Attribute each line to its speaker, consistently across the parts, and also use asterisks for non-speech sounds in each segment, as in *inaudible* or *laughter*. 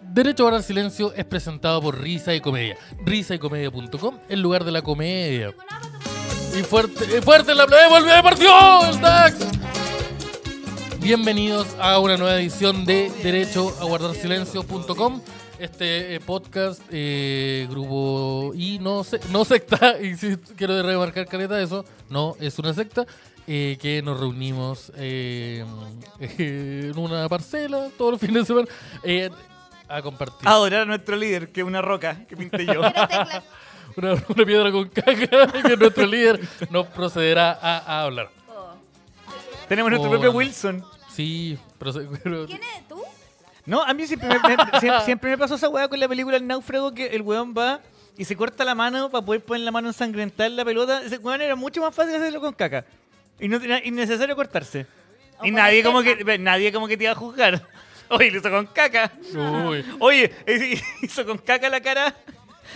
Speaker 1: Derecho Ahora al Silencio es presentado por Risa y Comedia. Risaycomedia.com, el lugar de la comedia. Y fuerte, eh, fuerte la playa, volvió, partió el DAX. Bienvenidos a una nueva edición de Derecho a Guardar Silencio.com. Este eh, podcast, eh, grupo y no, se- no secta, *laughs* y sí, quiero remarcar careta eso, no es una secta, eh, que nos reunimos eh, *laughs* en una parcela todos los fines de semana eh, a compartir.
Speaker 2: Adorar a nuestro líder, que es una roca que pinté yo.
Speaker 1: una, una piedra con caca *laughs* que nuestro líder nos procederá a, a hablar.
Speaker 2: *laughs* Tenemos nuestro
Speaker 1: Oh,
Speaker 2: propio
Speaker 1: bueno.
Speaker 2: Wilson.
Speaker 1: Sí, proce- *laughs* pero-
Speaker 3: ¿Quién es tú?
Speaker 2: No, a mí siempre me, me- siem- siempre, me pasó esa weá con la película El Náufrago, que el weón va y se corta la mano para poder poner la mano ensangrentada en la pelota. Ese weón era mucho más fácil hacerlo con caca. Y no era innecesario cortarse.
Speaker 3: O
Speaker 2: Y
Speaker 3: con
Speaker 2: nadie
Speaker 3: el
Speaker 2: como,
Speaker 3: tema.
Speaker 2: que, ve, nadie como que te iba a juzgar. *laughs* Oye, lo hizo con caca.
Speaker 1: Uy,
Speaker 2: Oye, *laughs* eh, hizo con caca la cara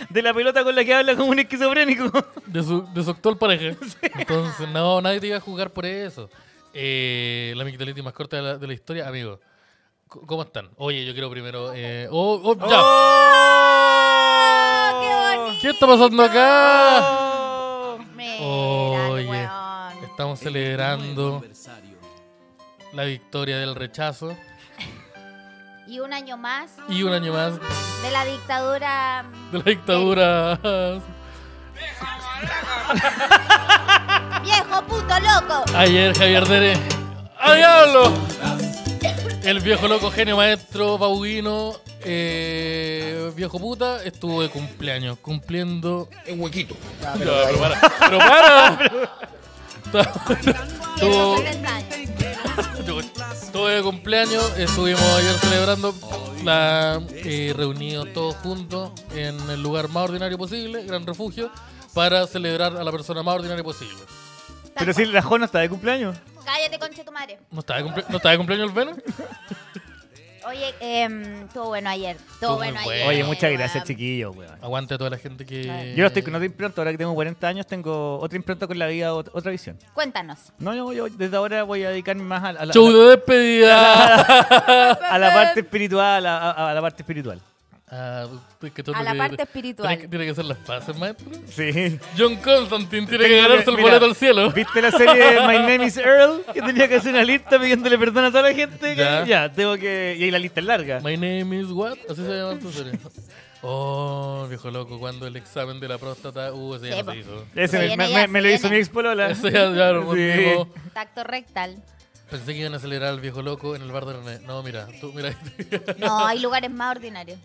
Speaker 2: de la pelota con la que habla como un esquizofrénico.
Speaker 1: de su, de su actual pareja. Entonces, no, nadie te iba a juzgar por eso. Eh, la amigdalitis más corta de la, de la historia, amigo. c- ¿Cómo están? Oye, yo quiero primero. Eh, oh,
Speaker 2: *laughs*
Speaker 1: oh, ya.
Speaker 2: ¡Oh!
Speaker 1: ¿Qué está pasando acá?
Speaker 2: ¡Oh!
Speaker 3: Mira,
Speaker 1: Oye.
Speaker 3: weón.
Speaker 1: Estamos celebrando La victoria del rechazo.
Speaker 3: Y un año más
Speaker 1: Y un año más
Speaker 3: de la dictadura.
Speaker 1: de la dictadura. *laughs*
Speaker 3: ¡Viejo puto loco!
Speaker 1: Ayer Javier Dere. ¡A diablo! El viejo loco genio maestro Bauguino, eh, viejo puta, estuvo de cumpleaños, cumpliendo.
Speaker 4: un huequito.
Speaker 1: Ya, pero para, pero para.
Speaker 3: Quiero
Speaker 1: Estuvo-
Speaker 3: hacer el daño.
Speaker 1: Estuve de cumpleaños, estuvimos ayer celebrando, la, eh, reunidos todos juntos en el lugar más ordinario posible, Gran Refugio, para celebrar a la persona más ordinaria posible.
Speaker 2: Pero si la Jona está de cumpleaños.
Speaker 3: Cállate, conche tu madre.
Speaker 1: ¿No estaba de, cumple- no estaba de cumpleaños el Vena?
Speaker 3: Oye, em, estuvo bueno ayer.
Speaker 1: Estuvo
Speaker 3: Estuvo bueno
Speaker 1: muy
Speaker 3: ayer.
Speaker 1: bueno.
Speaker 2: Oye, muchas gracias,
Speaker 3: weón.
Speaker 2: chiquillo, weón.
Speaker 1: Aguante a toda la gente que...
Speaker 2: Yo no estoy con otra impronta, ahora que tengo 40 años tengo otra impronta con la vida, ot- otra visión.
Speaker 3: Cuéntanos.
Speaker 2: No, yo, yo desde ahora voy a dedicarme más a, la- a la,
Speaker 1: ¡Show de despedida!
Speaker 2: a la parte espiritual, a, a- a la parte espiritual.
Speaker 1: Ah, estoy cachando
Speaker 3: A la
Speaker 1: que-
Speaker 3: parte espiritual.
Speaker 1: Tiene que, tiene que hacer las paces, maestro.
Speaker 2: *laughs* Sí.
Speaker 1: John Constantine tiene que
Speaker 2: Tengo
Speaker 1: ganarse el
Speaker 2: mira,
Speaker 1: boleto al cielo.
Speaker 2: ¿Viste la serie de My Name is Earl? Que tenía que hacer una lista pidiéndole perdón a toda la gente. que-
Speaker 1: Ya.
Speaker 2: Ya, tengo que. Y ahí la lista es larga.
Speaker 1: My name is what? Así se llama tu serie. Oh, viejo loco, cuando el examen de la próstata, uh, ese ya
Speaker 3: Sí,
Speaker 1: no
Speaker 3: po.
Speaker 1: se hizo.
Speaker 2: Ese
Speaker 3: Se
Speaker 2: me,
Speaker 3: viene
Speaker 2: me-
Speaker 3: ya,
Speaker 2: me-
Speaker 3: se
Speaker 2: me lo hizo
Speaker 3: viene.
Speaker 2: mi ex polola.
Speaker 1: Ese ya, ya no,
Speaker 2: Sí.
Speaker 1: digo,
Speaker 3: Tacto rectal.
Speaker 1: Pensé que iban a celebrar al viejo loco en el bar de René. No, mira, tú, mira. *laughs*
Speaker 3: No, hay lugares más ordinarios.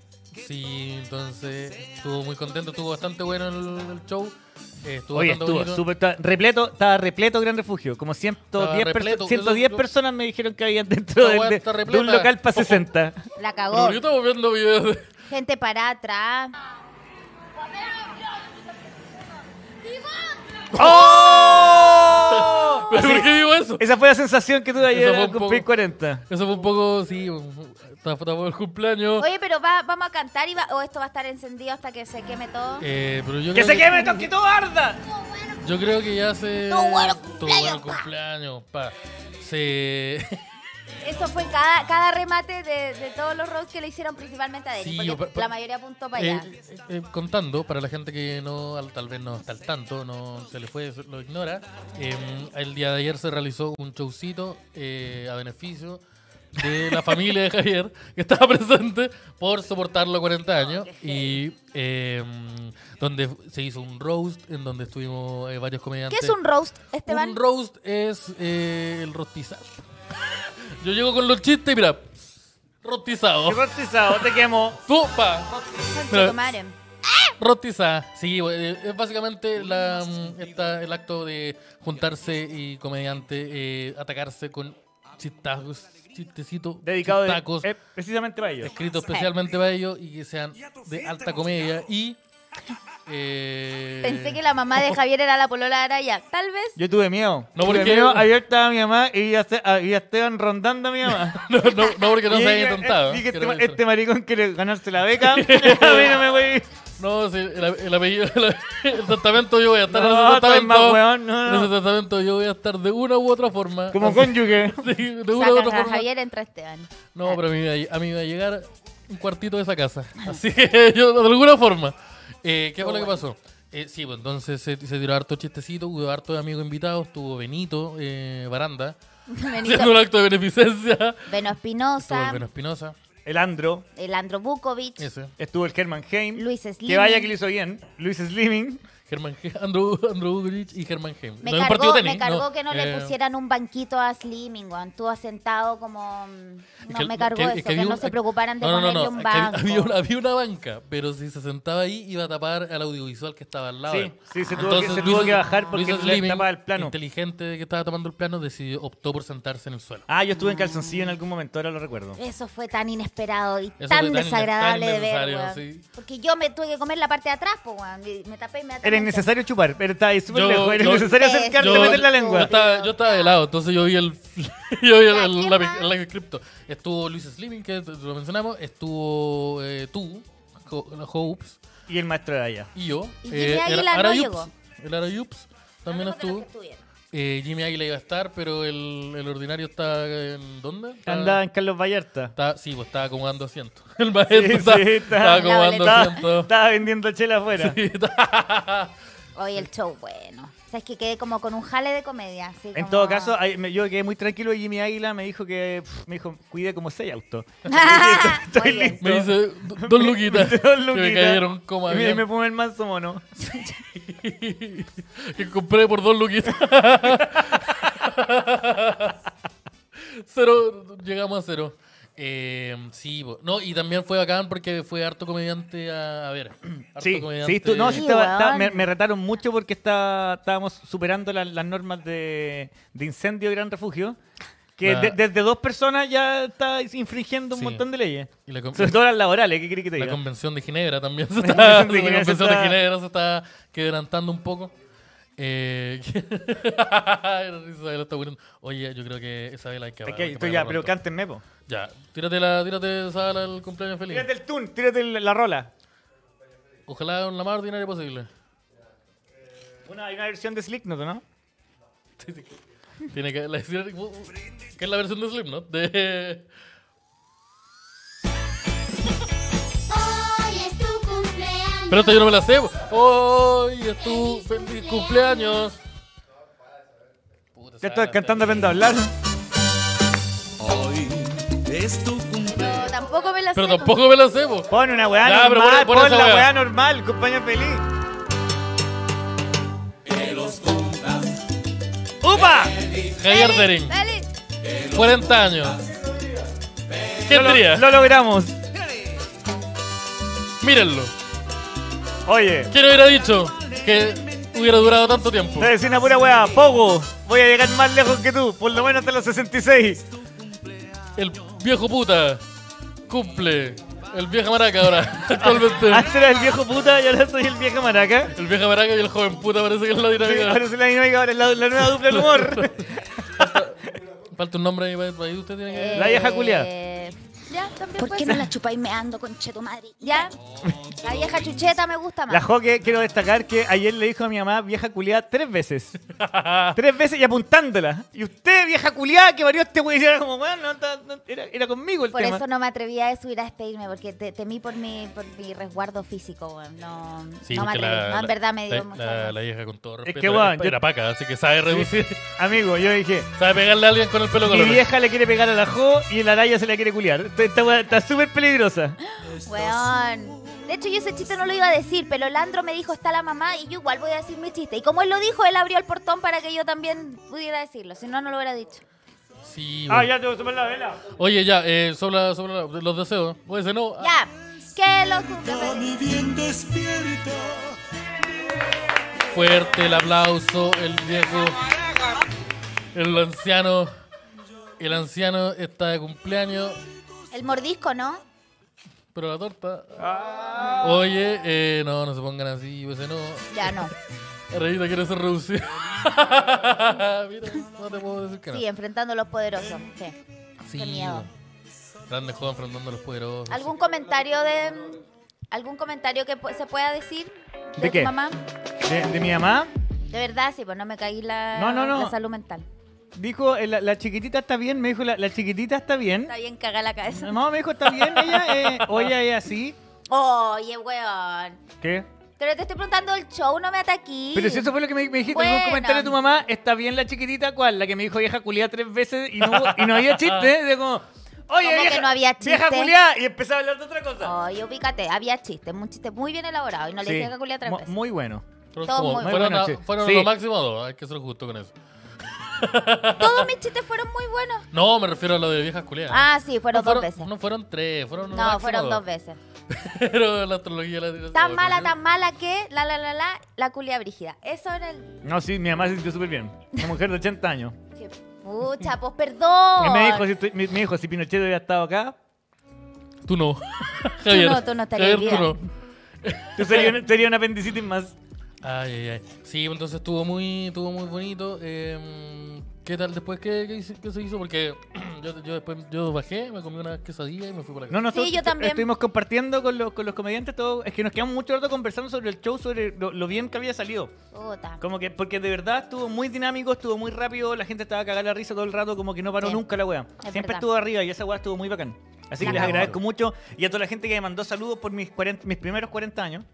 Speaker 1: sí, entonces estuvo muy contento, estuvo bastante bueno el, el show. eh, estuvo
Speaker 2: Oye,
Speaker 1: bastante
Speaker 2: estuvo
Speaker 1: bonito.
Speaker 2: súper. estaba Repleto, estaba repleto Gran Refugio. Como 110,
Speaker 1: Estaba repleto,
Speaker 2: perso- 110
Speaker 1: eso-
Speaker 2: personas me dijeron que habían dentro
Speaker 1: Esta weá
Speaker 2: del- de,
Speaker 1: está
Speaker 2: de
Speaker 1: repleta. Oh,
Speaker 2: un local
Speaker 1: *laughs*
Speaker 2: para 60.
Speaker 3: La
Speaker 1: Pero
Speaker 3: cagó.
Speaker 1: yo estaba viendo videos de...
Speaker 3: Gente parada atrás.
Speaker 2: ¡Oh!
Speaker 1: ¿Pero *laughs* por qué digo eso?
Speaker 2: Esa fue la sensación que tuve ayer
Speaker 1: Eso fue
Speaker 2: al
Speaker 1: un
Speaker 2: cumplir
Speaker 1: poco-
Speaker 2: 40.
Speaker 1: Eso fue un poco, sí, está por el cumpleaños.
Speaker 3: Oye, pero va- vamos a cantar y va- o esto va a estar encendido hasta que se queme todo.
Speaker 1: Eh, pero yo
Speaker 2: ¡Que
Speaker 1: creo
Speaker 2: se queme, to- que todo arda!
Speaker 1: Yo creo que ya se...
Speaker 3: Estuvo bueno el
Speaker 1: Estuvo
Speaker 3: cumpleaños,
Speaker 1: bueno el
Speaker 3: pa.
Speaker 1: cumpleaños, pa. Se...
Speaker 3: Eso fue cada, cada remate de, de todos los roads que le hicieron principalmente a Denis,
Speaker 1: Sí,
Speaker 3: porque
Speaker 1: yo pa- pa-
Speaker 3: la mayoría apuntó para
Speaker 1: Eh,
Speaker 3: allá.
Speaker 1: eh, eh, contando, para la gente que no al- tal vez no está al tanto, no se le fue, se lo ignora, eh, el día de ayer se realizó un showcito eh, a beneficio de la familia de Javier, que estaba presente por soportar los 40 años,
Speaker 3: Oh,
Speaker 1: y eh, donde se hizo un roast, en donde estuvimos eh, varios
Speaker 3: ¿Qué
Speaker 1: comediantes.
Speaker 3: es un roast, Esteban?
Speaker 1: Un roast es eh, el rostizado. *laughs* Yo llego con los chistes y mira, rostizado.
Speaker 2: Te cortizado, te quemo.
Speaker 1: Tú, pa.
Speaker 3: Conche
Speaker 1: Pero- eh,
Speaker 3: tu madre.
Speaker 1: Rotiza, sí, eh, es básicamente la, mm, esta- el acto de juntarse y comediante eh, atacarse con chistazos, chistecitos,
Speaker 2: Dedicado de-
Speaker 1: chistacos,
Speaker 2: eh, precisamente para ellos.
Speaker 1: escritos especialmente para ellos y que sean de alta comedia y... eh,
Speaker 3: Pensé que la mamá de Javier era la polola de Araya. Tal vez.
Speaker 2: Yo tuve miedo.
Speaker 1: No,
Speaker 2: Tuve
Speaker 1: porque-
Speaker 2: miedo. Ayer estaba mi mamá y ya, se- ah, y ya estaban rondando a mi
Speaker 1: *laughs*
Speaker 2: mamá.
Speaker 1: *laughs* No, no, no, porque no
Speaker 2: Y
Speaker 1: se
Speaker 2: ella-
Speaker 1: haya intentado.
Speaker 2: Dije, este,
Speaker 1: quiero
Speaker 2: ma-
Speaker 1: decir.
Speaker 2: este maricón quiere ganarse la
Speaker 1: *laughs*
Speaker 2: beca. *laughs* a mí no me voy a ir.
Speaker 1: No, sí, el, el apellido, el, *laughs* el tratamiento yo voy a estar
Speaker 2: No,
Speaker 1: en ese
Speaker 2: estoy
Speaker 1: tratamiento.
Speaker 2: más weón, no, no.
Speaker 1: En ese tratamiento yo voy a estar de una u otra forma.
Speaker 2: Como
Speaker 1: Así-
Speaker 2: cónyuge.
Speaker 1: *laughs* sí, de una u
Speaker 3: Sacan
Speaker 1: otra
Speaker 3: a
Speaker 1: forma.
Speaker 3: Javier entra Esteban.
Speaker 1: No, pero a mí, me va- a mí me va a llegar un cuartito de esa casa. *laughs* Así que yo, de alguna forma. Eh, ¿Qué fue
Speaker 3: Oh,
Speaker 1: lo que pasó? Eh, sí, pues entonces se, se tiró harto chistecito, hubo harto de amigos invitados, tuvo Benito, eh, Baranda, haciendo un
Speaker 3: *laughs* Benito,
Speaker 1: acto de beneficencia.
Speaker 3: Beno
Speaker 1: Estuvo
Speaker 3: Espinosa,
Speaker 1: el Beno Espinosa,
Speaker 2: El Andro.
Speaker 3: el Andro Bukovic,
Speaker 1: ese.
Speaker 2: Estuvo el Herman Heim.
Speaker 3: Luis Slim.
Speaker 2: Que vaya que lo hizo bien. Luis Slimming.
Speaker 1: Germán Ge- *laughs* Andrew, Andrew Bugrich y Germán Heim.
Speaker 3: Me
Speaker 1: No, un
Speaker 3: cargó,
Speaker 1: partido de tenis,
Speaker 3: me cargó que no
Speaker 1: eh,
Speaker 3: le pusieran un banquito a Slimming, weón. Estuvo asentado como... mm, No,
Speaker 1: que-
Speaker 3: me cargó eso, que,
Speaker 1: había
Speaker 3: no
Speaker 1: un-
Speaker 3: se preocuparan de
Speaker 1: no, no, no,
Speaker 3: ponerle
Speaker 1: no,
Speaker 3: un
Speaker 1: que había-
Speaker 3: banco.
Speaker 1: Había una, había una banca, pero si se sentaba ahí iba a tapar al audiovisual que estaba al lado.
Speaker 2: Sí,
Speaker 1: de él.
Speaker 2: sí, se tuvo que- se tuvo que bajar porque le tapaba el plano.
Speaker 1: inteligente que estaba tomando el plano, decidió, optó por sentarse en el suelo.
Speaker 2: Ah, yo estuve en calzoncillo en algún momento, ahora lo recuerdo.
Speaker 3: Eso fue tan inesperado y
Speaker 1: fue
Speaker 3: tan
Speaker 1: tan-
Speaker 3: desagradable
Speaker 1: tan
Speaker 3: de ver,
Speaker 1: innecesario,
Speaker 3: weón.
Speaker 1: sí.
Speaker 3: Porque yo me tuve que comer la parte de atrás, po, weón. y Me tapé inmediatamente.
Speaker 2: Era innecesario chupar, pero estaba ahí súper
Speaker 1: Yo-
Speaker 2: lejos. Era
Speaker 1: yo-
Speaker 2: innecesario acercarte
Speaker 1: yo-
Speaker 2: a meter la
Speaker 1: Yo
Speaker 2: lengua.
Speaker 3: Puta.
Speaker 1: estaba, yo estaba de lado, entonces yo vi el, *laughs* yo vi el,
Speaker 3: Ya,
Speaker 1: el
Speaker 3: ¿qué
Speaker 1: lápiz,
Speaker 3: más?
Speaker 1: el lápiz cripto. Estuvo Luis Slimming, que te- te lo mencionamos, estuvo eh, tú, Ho- Hopes,
Speaker 2: Y el maestro de allá.
Speaker 1: y yo. eh,
Speaker 3: Y Jimmy Águila no
Speaker 1: Ara
Speaker 3: llegó.
Speaker 1: Yups, El Ara Yups también
Speaker 3: Hablemos de los
Speaker 1: estuvo.
Speaker 3: que estuvieron.
Speaker 1: Eh, Jimmy Águila iba a estar, pero el, el ordinario está en ¿dónde? Está-
Speaker 2: Andaba en Carlos Vallarta.
Speaker 1: está- sí, pues estaba acomodando asientos. *laughs* El maestro
Speaker 2: Sí,
Speaker 1: está,
Speaker 2: sí, está-
Speaker 1: estaba
Speaker 3: La
Speaker 1: acomodando *laughs*
Speaker 2: Estaba,
Speaker 1: asientos.
Speaker 2: estaba vendiendo chela afuera.
Speaker 1: Sí, está-
Speaker 3: Hoy el show, bueno. O sea, es que quedé como con un jale de comedia. así
Speaker 2: En
Speaker 3: como-
Speaker 2: todo caso, ahí me- yo quedé muy tranquilo y Jimmy Águila me dijo que pf, me dijo, cuide como
Speaker 3: *laughs*
Speaker 2: seis autos.
Speaker 3: Muy
Speaker 2: Estoy
Speaker 3: bien.
Speaker 2: listo.
Speaker 1: Me
Speaker 2: *laughs*
Speaker 1: dice dos luquitas.
Speaker 2: Dos
Speaker 1: Que me
Speaker 2: luquitas.
Speaker 1: cayeron como
Speaker 2: Y me, y
Speaker 1: avión.
Speaker 2: me fumé el manso mono.
Speaker 1: *laughs* que compré por dos
Speaker 2: *laughs*
Speaker 1: luquitas. cero, llegamos a cero. Eh, sí, bo- no, y también fue bacán porque fue harto comediante a, a ver. harto
Speaker 2: Sí,
Speaker 1: comediante.
Speaker 2: sí, tú- no, sí,
Speaker 3: Sí,
Speaker 2: estaba- estaba- me,
Speaker 3: weón.
Speaker 2: me retaron mucho porque estaba- estábamos superando las- las normas de, de incendio y gran refugio. Que
Speaker 1: La-
Speaker 2: de- desde dos personas ya está infringiendo un
Speaker 1: Sí.
Speaker 2: montón de leyes.
Speaker 1: Y la, con-
Speaker 2: Sobre todo las laborales, ¿qué crees que te
Speaker 1: la
Speaker 2: diga?
Speaker 1: convención de Ginebra también se
Speaker 2: La
Speaker 1: está, la
Speaker 2: Convención de Ginebra se
Speaker 1: Convención de
Speaker 2: está-
Speaker 1: Ginebra se está quebrantando un poco. Eh, *laughs* Isabel está muriendo. Oye, yo creo que Isabel hay que
Speaker 2: Es
Speaker 1: hay
Speaker 2: que-
Speaker 1: que
Speaker 2: estoy
Speaker 1: pagarla
Speaker 2: ya, pero
Speaker 1: pronto.
Speaker 2: cántenme, po.
Speaker 1: Ya, tírate la, tírate Isabel al cumpleaños feliz.
Speaker 2: Tírate el tune, tírate el- la rola.
Speaker 1: Ojalá en la más ordinaria posible.
Speaker 2: Una, hay una versión de Slicknot, ¿no?
Speaker 1: Tiene que la, uh, que es la versión de Slipknot de
Speaker 4: Hoy es tu cumpleaños.
Speaker 1: Pero esta yo no me la sé. Hoy es tu feliz cumpleaños. Puta,
Speaker 2: Ya
Speaker 1: Sara,
Speaker 2: estoy cantando aprende a hablar.
Speaker 5: Hoy es tu cumpleaños.
Speaker 2: ah,
Speaker 3: No, tampoco me la
Speaker 1: Pero
Speaker 3: sé,
Speaker 1: tampoco me la sé. po.
Speaker 2: Pon una weá
Speaker 1: Ya, pero
Speaker 2: normal,
Speaker 1: pon- pon
Speaker 2: pon
Speaker 1: esa
Speaker 2: la
Speaker 1: weá.
Speaker 2: weá normal, compañero feliz. ¡Upa!
Speaker 1: Javier Derín,
Speaker 3: Dale.
Speaker 1: 40 años. ¿Qué
Speaker 2: Lo-
Speaker 1: tendría?
Speaker 2: Lo logramos.
Speaker 1: Mírenlo.
Speaker 2: Oye,
Speaker 1: ¿Quién hubiera dicho que hubiera durado tanto tiempo?
Speaker 2: te decía una pura weá, Pogo, voy a llegar más lejos que tú, por lo menos hasta los 66.
Speaker 1: El viejo puta cumple. El vieja maraca ahora, *laughs* actualmente.
Speaker 2: Antes era Ah, el viejo puta y ahora soy el viejo maraca.
Speaker 1: El vieja maraca y el joven puta parece que es la
Speaker 2: Sí,
Speaker 1: dinámica.
Speaker 2: ahora soy la dinámica, ahora es la, la nueva dupla del humor.
Speaker 1: Falta un nombre ahí para para ahí. Usted tiene que.
Speaker 2: La vieja culiá.
Speaker 3: Eh, Ya, también
Speaker 6: ¿Por
Speaker 3: puede
Speaker 6: qué
Speaker 3: ser.
Speaker 6: no la chupáis meando, conchetumadre?
Speaker 3: Ya. La vieja chucheta me gusta
Speaker 2: La
Speaker 3: más.
Speaker 2: Joque, quiero destacar que ayer le dijo a mi mamá vieja culiada tres veces.
Speaker 3: Eh.
Speaker 2: tres veces y apuntándola. Y usted, vieja culiada, que varió este güey y era como, bueno, no, ta- no, era, era conmigo el
Speaker 3: Por
Speaker 2: tema.
Speaker 3: eso no me atrevía a subir a despedirme, porque te- temí por mi, por mi resguardo físico, weón. No,
Speaker 1: *laughs* Sí,
Speaker 3: no me
Speaker 1: porque
Speaker 3: atreví.
Speaker 1: la,
Speaker 3: no, en
Speaker 1: la-
Speaker 3: verdad me dio
Speaker 1: la,
Speaker 3: mucha
Speaker 1: la,
Speaker 3: vergüenza.
Speaker 1: la vieja con todo respeto
Speaker 2: que,
Speaker 1: era-
Speaker 2: weón,
Speaker 1: era,
Speaker 2: yo-
Speaker 1: paca, así que sabe reducir.
Speaker 2: Amigo, yo dije,
Speaker 1: Sabe pegarle a alguien con el pelo
Speaker 2: mi
Speaker 1: colorado.
Speaker 2: vieja le quiere pegar a la Jo y el araya se la quiere culiar. Esta- Esta weá está súper peligrosa.
Speaker 3: Weón. De hecho, yo ese chiste no lo iba a decir, pero Landro me dijo, está la mamá, y yo igual voy a decir mi chiste. Y como él lo dijo, él abrió el portón para que yo también pudiera decirlo. Si no, no lo hubiera dicho.
Speaker 1: Sí,
Speaker 2: Ah,
Speaker 1: bueno.
Speaker 2: ya tengo que tomar la vela.
Speaker 1: Oye, ya, eh, sobra, sobra los deseos. Oye, ese no. ah,
Speaker 3: Ya. Que lo cumpla feliz.
Speaker 5: Mi bien despierta.
Speaker 1: Fuerte el aplauso, el viejo. El anciano. El anciano está de cumpleaños,
Speaker 3: El mordisco, ¿no?
Speaker 1: pero la torta.
Speaker 2: Ah.
Speaker 1: Oye, eh, no, no se pongan así, ese no.
Speaker 3: Ya no.
Speaker 1: Rayita quiere ser reducida. *laughs* Mira, no te puedo decir que no.
Speaker 3: Sí, enfrentando a los poderosos. Sí. Qué miedo.
Speaker 1: Grande juego enfrentando a los poderosos.
Speaker 3: ¿Algún comentario de algún comentario que pu- se pueda decir de,
Speaker 2: ¿De
Speaker 3: tu
Speaker 2: qué?
Speaker 3: mamá?
Speaker 2: De, de mi mamá,
Speaker 3: De verdad, sí, pues no me caí la,
Speaker 2: No, no, no.
Speaker 3: la salud mental.
Speaker 2: dijo, eh, la, la chiquitita está bien, me dijo, la, la chiquitita está bien.
Speaker 3: Está bien cagada la
Speaker 2: Mi
Speaker 3: cabeza.
Speaker 2: mamá me dijo, está bien ella, eh, oye, es así.
Speaker 3: Oye, weón.
Speaker 2: ¿Qué?
Speaker 3: Pero te estoy preguntando el show, no me ataquí.
Speaker 2: Pero si eso fue lo que me, me dijiste en
Speaker 3: Bueno.
Speaker 2: un comentario de tu mamá, está bien la chiquitita, ¿cuál? La que me dijo vieja culiá tres veces y no, hubo- y no *laughs* había chiste. ¿eh? De como, oye,
Speaker 3: ¿Cómo que
Speaker 2: vieja,
Speaker 3: no había
Speaker 2: vieja
Speaker 3: chiste?
Speaker 2: culiá, y empezaba a hablar de otra cosa.
Speaker 3: Oye, ubícate, había chiste, un chiste muy bien elaborado. Y no le
Speaker 2: Sí,
Speaker 3: dije a Julia tres
Speaker 2: mu-
Speaker 3: veces.
Speaker 2: Muy bueno.
Speaker 1: Fueron,
Speaker 3: Todo
Speaker 1: como-
Speaker 3: muy
Speaker 1: fueron
Speaker 2: bueno.
Speaker 1: a-
Speaker 2: Sí.
Speaker 1: fueron
Speaker 2: Sí.
Speaker 1: lo máximo dos, hay que ser justo con eso.
Speaker 3: Todos mis chistes fueron muy buenos.
Speaker 1: No, me refiero a lo de viejas culiadas.
Speaker 3: Ah, sí, fueron
Speaker 1: no
Speaker 3: dos
Speaker 1: fueron,
Speaker 3: veces.
Speaker 1: No fueron tres, fueron lo
Speaker 3: No,
Speaker 1: máximo
Speaker 3: fueron dos veces.
Speaker 1: *laughs* Pero la astrología la tiene-
Speaker 3: Tan mala, tan mala que la la la la la culia brígida. Eso era el
Speaker 2: No, sí, mi mamá se sintió súper bien. Una mujer de 80
Speaker 3: *laughs*
Speaker 2: años.
Speaker 3: que- pucha, pues perdón.
Speaker 2: Y me dijo, si estoy- me, me dijo, si Pinochet hubiera estado acá,
Speaker 1: Tú *laughs* no. Javier.
Speaker 3: no, tú no estarías
Speaker 1: Javier, tú
Speaker 3: viva.
Speaker 1: no.
Speaker 2: tú sería, un- sería una apendicitis más.
Speaker 1: Ay, ay, ay. Sí, entonces estuvo muy, estuvo muy bonito. Eh, ¿Qué tal después? ¿Qué, qué hice- qué se hizo? Porque *clears throat* yo, yo después yo bajé, me comí una quesadilla y me fui para la casa.
Speaker 2: No, no,
Speaker 3: Sí, yo también.
Speaker 2: Estuvimos compartiendo con los, con los comediantes todo. Es que nos quedamos mucho rato conversando sobre el show, sobre lo- lo bien que había salido.
Speaker 3: Puta.
Speaker 2: Como que, porque de verdad estuvo muy dinámico, estuvo muy rápido, la gente estaba cagada la risa todo el rato, como que no paró
Speaker 3: Sí.
Speaker 2: nunca la weá. Siempre
Speaker 3: verdad.
Speaker 2: estuvo arriba y esa weá estuvo muy bacán. Así
Speaker 3: La
Speaker 2: que les
Speaker 3: cagó.
Speaker 2: agradezco mucho y a toda la gente que me mandó saludos por mis, 40 mis primeros 40 años.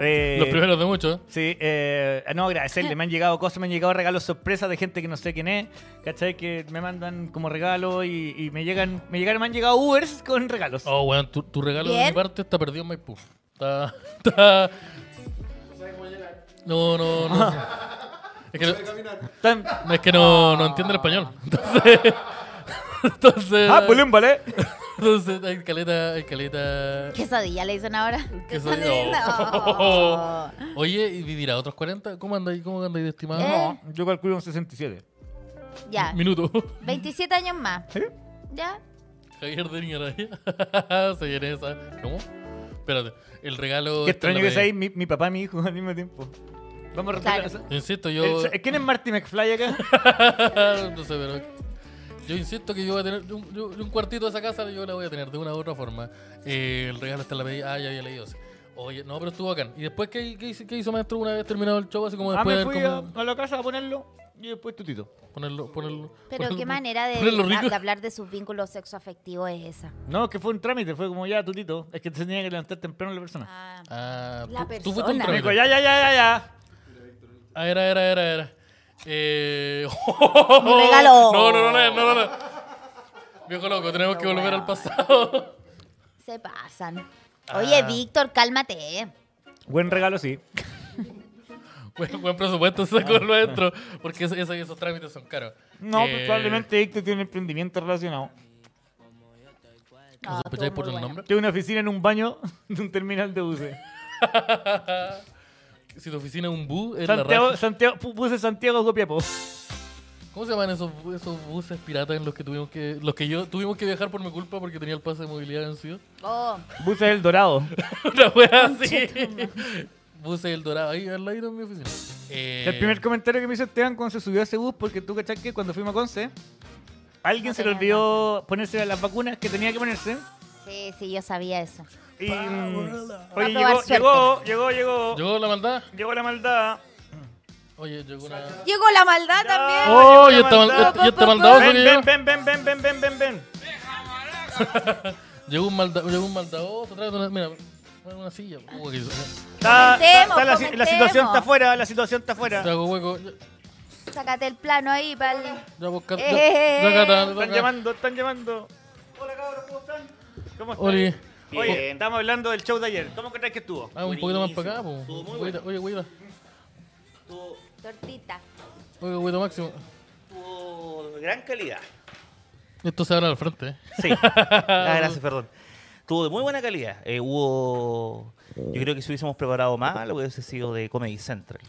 Speaker 2: Eh,
Speaker 1: Los primeros de muchos.
Speaker 2: Sí, eh, no, agradecerle.
Speaker 3: *laughs*
Speaker 2: Me han llegado cosas, me han llegado regalos sorpresas de gente que no sé quién es, ¿cachai? Que me mandan como regalo y, y me llegan, me llegaron, me han llegado Ubers con regalos.
Speaker 1: Oh, weón, tu, tu regalo de
Speaker 3: Bien.
Speaker 1: mi parte está perdido en Maipú. Está. está... No, no, no. Es que no,
Speaker 2: Están-
Speaker 1: es que no, no entiende el español. Entonces. *laughs* entonces,
Speaker 2: Ah, volumen, *laughs* ¿vale?
Speaker 1: entonces hay caleta, hay caleta.
Speaker 3: Quesadilla le dicen ahora.
Speaker 1: Quesadilla.
Speaker 3: *laughs* No.
Speaker 1: Oye, ¿y vivirá otros 40? ¿Cómo andáis, cómo andáis de estimado?
Speaker 3: Eh.
Speaker 2: Yo calculo un 67.
Speaker 3: Ya,
Speaker 1: Minuto. *laughs*
Speaker 3: 27 años más. Ya.
Speaker 1: Javier de Niñaraya. *laughs* Se viene esa. ¿Cómo? Espérate. El regalo. este
Speaker 2: Qué extraño
Speaker 1: lo
Speaker 2: que
Speaker 1: pedí.
Speaker 2: seáis mi, mi papá y mi hijo al mismo tiempo. Vamos a
Speaker 3: Claro.
Speaker 2: repetir.
Speaker 1: Yo insisto, yo.
Speaker 2: Eh, ¿Quién es Marty McFly acá?
Speaker 1: *laughs* no sé, pero. Yo insisto que yo voy a tener. un- Yo, yo un cuartito de esa casa yo la voy a tener de una u otra forma. Eh, el regalo está en la pedida. Ah, ya había leído. sí. Oye, no, pero estuvo bacán. ¿Y después qué, qué hizo, qué hizo, maestro una vez terminado el show? Así como
Speaker 2: Ah,
Speaker 1: después
Speaker 2: me
Speaker 1: de
Speaker 2: fui
Speaker 1: ver
Speaker 2: a,
Speaker 1: cómo-
Speaker 2: a la casa a ponerlo y después tutito.
Speaker 1: ponerlo, ponerlo.
Speaker 3: Pero
Speaker 1: ponerlo-
Speaker 3: qué manera de,
Speaker 1: pues, ponerlo
Speaker 3: de-
Speaker 1: rico.
Speaker 3: de hablar de sus vínculos sexoafectivos es esa.
Speaker 2: No, que fue un trámite, fue como ya tutito. Es que tenía que levantar temprano la persona.
Speaker 3: Ah.
Speaker 1: Ah,
Speaker 3: La
Speaker 1: tú, tú fuiste
Speaker 3: persona.
Speaker 1: un
Speaker 2: Me
Speaker 1: trámite.
Speaker 2: dijo, ya, ya, ya, ya, ya.
Speaker 1: Ah, era, era, era, era. Eh... *laughs*
Speaker 3: Un regalo.
Speaker 1: No, no, no, no, no, no, no. Viejo loco, tenemos que volver al pasado.
Speaker 3: Se pasan. Oye, Víctor, cálmate.
Speaker 2: Buen regalo, sí.
Speaker 1: Buen, buen presupuesto se sacó el nuestro, porque es- es- esos trámites son caros.
Speaker 2: Ah. No,
Speaker 1: Eh,
Speaker 2: pues probablemente Víctor tiene un emprendimiento relacionado.
Speaker 1: ¿No sospecháis
Speaker 3: Ah, estuvo muy
Speaker 1: por el
Speaker 3: bueno.
Speaker 1: nombre?
Speaker 2: Tiene una oficina en un baño *laughs* de un terminal de buses.
Speaker 1: Si tu oficina es un bu, es la
Speaker 2: Santiago,
Speaker 1: raja.
Speaker 2: Santiago, pu- puse Santiago Copiapó.
Speaker 1: ¿Cómo se llaman esos, bu- esos buses piratas en los que tuvimos que los que yo tuvimos que viajar por mi culpa porque tenía el pase de movilidad vencido?
Speaker 3: Oh,
Speaker 2: Buses El Dorado.
Speaker 1: *laughs* Una wea así. Buses El Dorado, ahí al lado de mi oficina. Eh,
Speaker 2: El primer comentario que me hizo Esteban cuando se subió a ese bus, porque tú cachás que cuando fuimos a Conce, alguien
Speaker 3: No
Speaker 2: se le
Speaker 3: tenía
Speaker 2: olvidó ponerse las vacunas que tenía que ponerse.
Speaker 3: sí, sí, yo sabía eso.
Speaker 2: Y, mm,
Speaker 3: Va a
Speaker 2: oye,
Speaker 3: probar
Speaker 2: llegó,
Speaker 3: suerte.
Speaker 2: llegó, llegó, llegó,
Speaker 1: ¿Llegó la maldad?
Speaker 2: llegó la maldad.
Speaker 1: Oye, llegó una.
Speaker 3: Llegó la maldad
Speaker 2: también.
Speaker 3: también.
Speaker 1: Oh,
Speaker 2: llegó
Speaker 1: yo
Speaker 2: la
Speaker 1: te
Speaker 2: maldad.
Speaker 1: mal- yo te maldadoso
Speaker 2: Ven,
Speaker 1: que
Speaker 2: ven,
Speaker 1: yo.
Speaker 2: ven, ven, ven, ven, ven, ven, ven.
Speaker 1: Llegó un, malda, llegó un maldadoso. tráete una, mira, bueno, una silla. pues, Uy, que-
Speaker 2: Está- está- está la, si- la
Speaker 3: Comentemos,
Speaker 2: situación está
Speaker 3: comentemos.
Speaker 2: afuera, la situación está afuera.
Speaker 1: te hago hueco. Ya,
Speaker 3: Sácate el plano ahí, pal.
Speaker 1: ya, vos, cat- ya,
Speaker 3: Eh.
Speaker 1: ya, cata, ya,
Speaker 2: Están
Speaker 1: cata.
Speaker 2: llamando, están llamando. Hola cabros, ¿cómo están? ¿Cómo están?
Speaker 1: Oli,
Speaker 2: Oye, estamos hablando del show de ayer. ¿Cómo crees que estuvo?
Speaker 1: ah, un poquito más para acá. po. Güeyita, Oye, güeyita.
Speaker 3: Tortita.
Speaker 1: Oye, güeyita máximo.
Speaker 4: Tuvo gran calidad.
Speaker 1: Esto se abre al frente. eh.
Speaker 4: Sí. *laughs* Ah, gracias, perdón. Tuvo de muy buena calidad. Eh, hubo. Yo creo que si hubiésemos preparado más, lo hubiese sido de Comedy Central.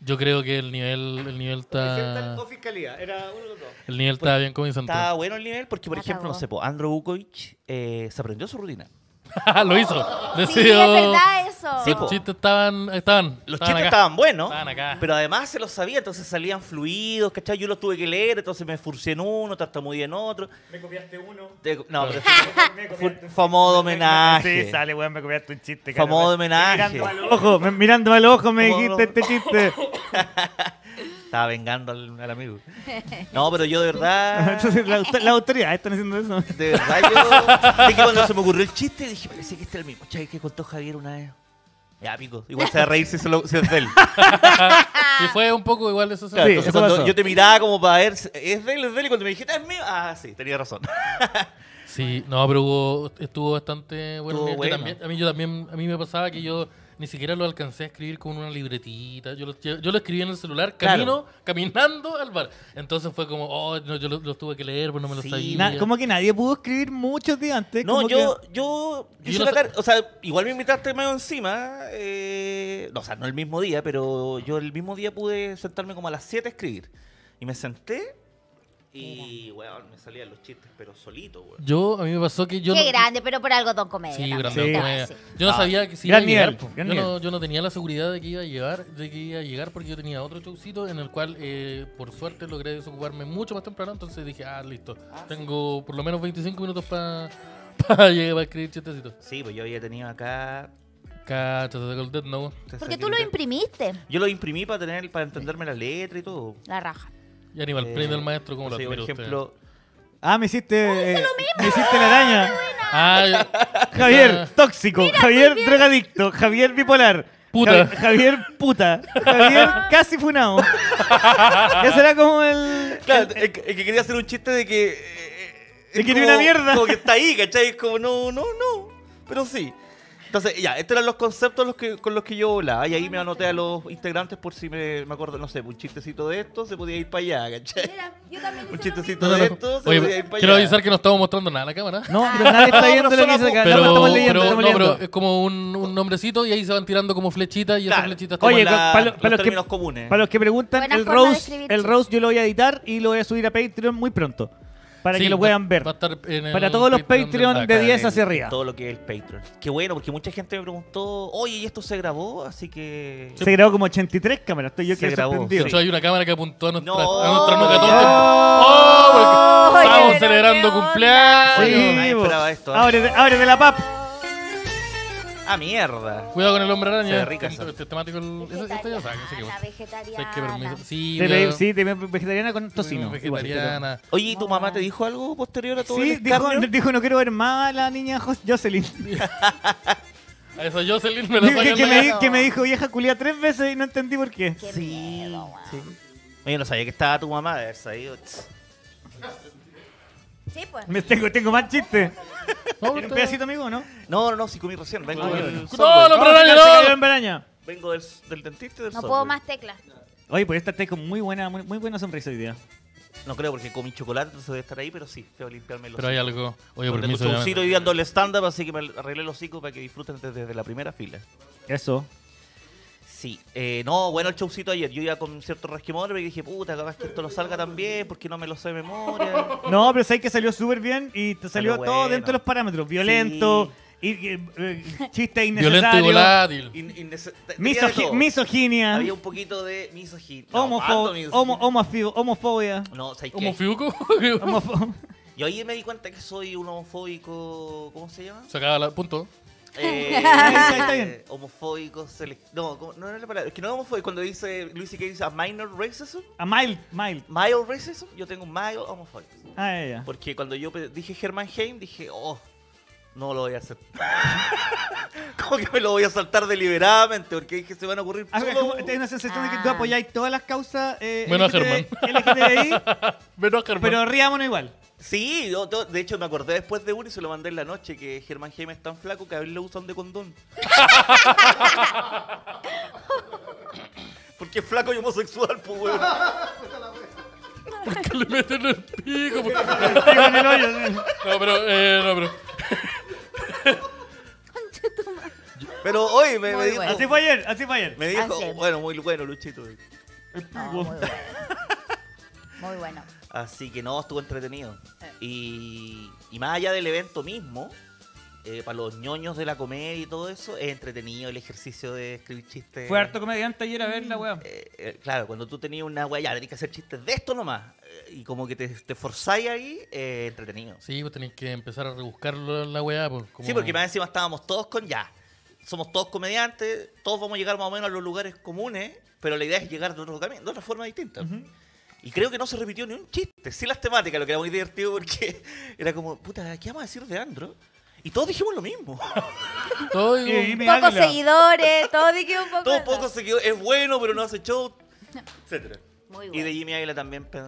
Speaker 1: Yo creo que el nivel, el nivel está,
Speaker 2: o fiscalía? Era uno de los dos.
Speaker 1: el nivel está bien comenzante.
Speaker 4: Estaba bueno el nivel porque, por
Speaker 3: La
Speaker 4: ejemplo, no
Speaker 3: cagó.
Speaker 4: sé, po, Andrew Vukovic eh, se aprendió su rutina.
Speaker 1: *laughs* Lo hizo.
Speaker 3: Sí,
Speaker 1: Decidió.
Speaker 3: es verdad eso.
Speaker 4: Sí,
Speaker 1: Los
Speaker 4: po.
Speaker 1: chistes estaban, estaban.
Speaker 4: Los
Speaker 1: estaban
Speaker 4: chistes
Speaker 1: acá.
Speaker 4: estaban buenos,
Speaker 1: Estaban acá.
Speaker 4: pero además se los sabía, entonces salían fluidos, ¿cachai? Yo los tuve que leer, entonces me esforcé en uno, tartamudeé en otro.
Speaker 2: Me copiaste uno.
Speaker 4: Te- No, pero fue, fue- fue a modo de homenaje.
Speaker 2: Sí, sale, weón, me copiaste un chiste.
Speaker 4: Fue a modo de homenaje.
Speaker 2: Mirándome al ojo, me- mirándome al ojo me
Speaker 4: Como-
Speaker 2: dijiste este chiste.
Speaker 4: Estaba vengando al, al amigo. No, pero yo de
Speaker 1: *laughs*
Speaker 2: *laughs*
Speaker 4: verdad.
Speaker 2: Entonces, la, autor- las autoridades están haciendo eso.
Speaker 4: De verdad, yo. de que cuando se me ocurrió el chiste, dije, parece que este es el mismo chiste que contó Javier una vez. Ya, pico. Igual se va a reír si, se lo- si es de él.
Speaker 1: Y fue un poco igual eso. se-
Speaker 4: Claro,
Speaker 2: Sí,
Speaker 4: entonces,
Speaker 2: eso
Speaker 4: cuando
Speaker 2: pasó.
Speaker 4: yo te miraba como para ver, si- es de él, es de él. Y cuando me dijiste, es mío. Ah, sí, tenía razón.
Speaker 1: Sí, no, pero hubo- estuvo bastante bueno.
Speaker 4: Estuvo
Speaker 1: Yo
Speaker 4: bueno.
Speaker 1: también- a mí yo también, a mí me pasaba que yo ni siquiera lo alcancé a escribir con una libretita. Yo lo, yo, yo lo escribí en el celular, camino,
Speaker 4: Claro.
Speaker 1: caminando al bar. Entonces fue como, oh, no, yo lo, los tuve que leer, pues no me lo
Speaker 4: Sí,
Speaker 1: sabía.
Speaker 2: Na- como que nadie pudo escribir muchos días antes.
Speaker 4: No,
Speaker 2: como
Speaker 4: yo,
Speaker 2: que-
Speaker 4: yo, yo
Speaker 1: Yo
Speaker 4: hice
Speaker 1: no
Speaker 4: una
Speaker 1: sé-
Speaker 4: tar- o sea, igual me invitaste medio encima, eh, no, o sea, no el mismo día, pero yo el mismo día pude sentarme como a las 7 a escribir. Y me senté y, weón, me salían los chistes, pero solito, weón.
Speaker 1: Yo, a mí me pasó que yo.
Speaker 3: Qué
Speaker 1: no-
Speaker 3: grande, pero por algo Don Comedia.
Speaker 1: Sí,
Speaker 3: también,
Speaker 1: grande,
Speaker 2: Sí.
Speaker 3: te
Speaker 1: como
Speaker 3: voy a
Speaker 1: era.
Speaker 3: decir.
Speaker 1: Yo no sabía que si iba
Speaker 2: Ah, gran
Speaker 1: a llegar.
Speaker 2: nivel,
Speaker 1: po.
Speaker 2: gran
Speaker 1: yo, no,
Speaker 2: nivel.
Speaker 1: yo no tenía la seguridad de que iba a llegar, de que iba a llegar porque yo tenía otro showcito en el cual, eh, por suerte, logré desocuparme mucho más temprano. Entonces dije, ah, listo. Tengo por lo menos 25 minutos *laughs* para llegar a escribir chistecitos.
Speaker 4: Sí, pues yo había tenido acá...
Speaker 1: Cacha, te sacó el Death Note.
Speaker 3: Porque tú lo imprimiste.
Speaker 4: Yo lo imprimí para tener, para entenderme la letra y todo.
Speaker 3: La raja.
Speaker 1: Y Animal
Speaker 4: Eh,
Speaker 1: Print del maestro, como lo
Speaker 4: entonces,
Speaker 1: admiro
Speaker 4: Por
Speaker 1: a usted.
Speaker 4: ejemplo,
Speaker 2: Ah, me hiciste. eh, me hiciste la araña.
Speaker 1: Ah, yo-
Speaker 4: *laughs*
Speaker 2: Javier,
Speaker 1: Ah,
Speaker 2: tóxico. Javier, drogadicto. Javier, bipolar.
Speaker 1: Puta.
Speaker 2: Javi- Javier puta. Javier casi funado. ya será como el.
Speaker 4: Claro, es que, es que quería hacer un chiste de que. eh,
Speaker 2: De
Speaker 4: es
Speaker 2: que tiene una mierda.
Speaker 4: Como que está ahí, ¿cachai? Es como, no, no, no. Pero sí. Entonces, ya, estos eran los conceptos los que, con los que yo volaba. Y ahí me anoté a los integrantes por si me, me acuerdo, no sé, un chistecito de esto se podía ir para allá, ¿cachai?
Speaker 3: Mira, yo también
Speaker 4: Un
Speaker 3: hice lo
Speaker 4: chistecito
Speaker 1: No, no,
Speaker 4: de
Speaker 1: no.
Speaker 4: esto se podía
Speaker 1: Oye,
Speaker 4: ir para allá.
Speaker 1: quiero avisar que no estamos mostrando nada a la cámara.
Speaker 2: No, pero nadie está viendo lo que dice acá.
Speaker 1: Pero,
Speaker 2: no, estamos leyendo,
Speaker 1: pero-
Speaker 2: estamos
Speaker 1: no,
Speaker 2: leyendo.
Speaker 1: pero es como un, un nombrecito y ahí se van tirando como flechitas y esas
Speaker 4: Claro.
Speaker 1: flechitas
Speaker 4: Como
Speaker 2: Oye,
Speaker 4: la-
Speaker 2: pa- pa- lo-
Speaker 4: los
Speaker 2: pa- los que-
Speaker 4: términos comunes.
Speaker 2: Para los que preguntan,
Speaker 3: Buena
Speaker 2: el
Speaker 3: forma de
Speaker 2: Rose,
Speaker 3: escribir
Speaker 2: el
Speaker 3: chistes.
Speaker 2: Rose yo lo voy a editar y lo voy a subir a Patreon muy pronto. Para
Speaker 1: Sí,
Speaker 2: que lo
Speaker 1: va-
Speaker 2: puedan ver.
Speaker 1: va a estar en el
Speaker 2: Para todos los
Speaker 1: Patreon del
Speaker 2: Patreon
Speaker 1: Mac.
Speaker 2: de
Speaker 4: Acá en
Speaker 2: 10
Speaker 4: el-
Speaker 2: hacia arriba.
Speaker 4: Todo lo que es el Patreon. Qué bueno, porque mucha gente me preguntó, oye, ¿y esto se grabó? Así que.
Speaker 2: Se grabó como 83 cámaras, estoy yo
Speaker 4: Se
Speaker 2: que
Speaker 4: grabó,
Speaker 1: De
Speaker 2: sorprendido.
Speaker 1: hecho, hay una cámara que apuntó a nuestra,
Speaker 4: No.
Speaker 1: a nuestra nuca
Speaker 4: No.
Speaker 1: torta. ¡Oh! porque
Speaker 3: Oye,
Speaker 1: estamos
Speaker 3: pero
Speaker 1: celebrando
Speaker 3: qué onda.
Speaker 1: cumpleaños.
Speaker 4: Sí.
Speaker 2: Oye,
Speaker 4: Nadie
Speaker 2: bo.
Speaker 4: esperaba esto, ¿eh?
Speaker 2: Ábrete, ábrete la pap.
Speaker 4: Ah, mierda.
Speaker 1: Cuidado con el hombre
Speaker 4: Se
Speaker 1: araña.
Speaker 4: ve rica esa.
Speaker 1: Este- este temático el- ese- este ya saben, así que
Speaker 3: Vegetariana,
Speaker 1: bueno. Sé
Speaker 3: vegetariana.
Speaker 1: que permiso- Sí,
Speaker 2: Te
Speaker 1: veo-
Speaker 2: ve- Sí, te veo vegetariana con tocino. igual, pero-
Speaker 1: Vegetariana.
Speaker 4: Oye, ¿y tu mamá te dijo algo posterior a todo
Speaker 2: Sí,
Speaker 4: el
Speaker 2: dijo,
Speaker 4: escarnio?
Speaker 2: *laughs* dijo, no quiero ver más a la niña Jo-
Speaker 1: *laughs*
Speaker 2: Jocelyn.
Speaker 1: A esa Jocelyn me la
Speaker 2: Dijo *laughs* que,
Speaker 1: sacan
Speaker 2: que
Speaker 1: la-
Speaker 2: me, di- que me dijo vieja culia tres veces y no entendí por qué.
Speaker 3: Qué
Speaker 4: Sí,
Speaker 3: miedo, weón.
Speaker 4: sí. Oye, no sabía que estaba tu mamá de haber sabido. Tss.
Speaker 3: Sí, pues.
Speaker 2: *laughs* Me tengo, tengo más chistes.
Speaker 1: No,
Speaker 2: ¿Tiene un
Speaker 1: está-
Speaker 2: pedacito amigo, no?
Speaker 4: No, no, no, si comí recién. Vengo,
Speaker 2: Ah,
Speaker 4: del,
Speaker 2: bueno.
Speaker 1: No, no,
Speaker 2: Vamos a
Speaker 1: pero
Speaker 2: sacar
Speaker 1: no, no.
Speaker 2: cigarrillo en Baraña.
Speaker 4: vengo del, del dentista y del
Speaker 3: No
Speaker 4: Subway.
Speaker 1: pues.
Speaker 3: puedo más teclas.
Speaker 2: Oye, pues esta está con muy buena, muy, muy buena sonrisa hoy día.
Speaker 4: No creo porque comí chocolate, entonces debe estar ahí, pero sí, tengo que limpiarme los
Speaker 1: Pero hay algo. Oye,
Speaker 4: Porque
Speaker 1: permiso.
Speaker 4: escuché un
Speaker 1: ya-
Speaker 4: Ciro hoy día en doble stand-up, así que me arreglé los hocico para que disfruten desde, desde la primera fila.
Speaker 2: Eso.
Speaker 4: Sí, eh, no, bueno, el showcito ayer. Yo iba con cierto resquemor y dije, puta, capaz que esto lo salga también, porque no me lo sé de memoria.
Speaker 2: No, pero sabes que salió súper bien y te salió
Speaker 4: Salió
Speaker 2: todo
Speaker 4: bueno.
Speaker 2: dentro de los parámetros. Violento, y, eh, eh, chiste
Speaker 1: Violento y
Speaker 2: innecesario,
Speaker 1: volátil.
Speaker 4: *laughs* In- innece- te- tenía de
Speaker 2: misogi-
Speaker 4: todo.
Speaker 2: misoginia,
Speaker 4: Había un poquito de misoginia. No, harto
Speaker 2: homofo-
Speaker 4: misoginia.
Speaker 2: homo- homofio- homofobia.
Speaker 4: No, ¿sabes qué?
Speaker 1: ¿Como Fiuco? *laughs*
Speaker 2: homofo- *laughs*
Speaker 4: Yo ahí me di cuenta que soy un homofóbico. ¿Cómo se llama?
Speaker 1: Se acaba la. Punto.
Speaker 2: *laughs*
Speaker 4: Eh,
Speaker 2: está, está bien.
Speaker 4: Homofóbico, selec- No, ¿cómo? no, no es la palabra. Es que no es homofóbico. Cuando dice Luis que dice a minor racism,
Speaker 2: a mild, mild.
Speaker 4: mild racism, yo tengo mild homofóbico.
Speaker 2: Ah, ya, ya.
Speaker 4: Porque cuando yo pe- dije Germán Heim, dije, oh, no lo voy
Speaker 3: *laughs*
Speaker 4: a hacer. Como que me lo voy a saltar deliberadamente, porque dije, se van a ocurrir
Speaker 2: Ah, es como-
Speaker 4: solo...
Speaker 2: tenés una sensación de que tú
Speaker 3: Ah.
Speaker 2: apoyáis todas las causas eh,
Speaker 1: Menos a
Speaker 2: LGBT, LGTBI,
Speaker 1: Menos Germán.
Speaker 2: pero riámonos igual.
Speaker 4: Sí, yo- yo- de hecho me acordé después de uno y se lo mandé en la noche, que Germán Heim es tan flaco que a él le usan
Speaker 3: *laughs*
Speaker 4: de condón. porque es flaco y homosexual,
Speaker 3: *laughs*
Speaker 4: pues, weón.
Speaker 1: *laughs* que le meten el pico. po.
Speaker 2: Digo, en el hoyo, sí.
Speaker 1: No, pero. Eh, no, pero.
Speaker 4: Pero hoy me, me
Speaker 3: Muy
Speaker 4: dijo...
Speaker 3: bueno.
Speaker 2: Así fue ayer, así fue ayer.
Speaker 4: Me dijo,
Speaker 3: Así es.
Speaker 4: bueno, muy bueno, Luchito.
Speaker 3: No, Ah, muy bueno. Muy bueno.
Speaker 4: Así que no, estuvo entretenido. Y, y más allá del evento mismo, eh, para los ñoños de la comedia y todo eso, es entretenido el ejercicio de escribir chistes.
Speaker 2: Fue harto comediante ayer a ver la weá.
Speaker 4: Eh, eh, claro, cuando tú tenías una weá, ya tenías que hacer chistes de esto nomás. eh, y como que te, te forzáis ahí, eh, entretenido.
Speaker 1: Sí, pues tenéis que empezar a rebuscarlo en la weá. Por, como-
Speaker 4: Sí, porque más encima estábamos todos con ya. Somos todos comediantes, todos vamos a llegar más o menos a los lugares comunes, pero la idea es llegar de otro camino, de otra forma distinta. Y creo que no se repitió ni un chiste. Sí las temáticas, lo que era muy divertido porque *laughs* era como, puta, ¿qué vamos a decir de Andro? Y todos dijimos lo mismo.
Speaker 1: Todo
Speaker 4: *laughs*
Speaker 2: Y-
Speaker 1: digo,
Speaker 2: y me
Speaker 3: Pocos
Speaker 2: habla.
Speaker 3: seguidores, todo dije un poco.
Speaker 4: Todo poco se quedó, es bueno, pero no hace show, etcétera.
Speaker 3: Muy
Speaker 4: Y de
Speaker 3: bueno.
Speaker 4: Jimmy Águila también, pe-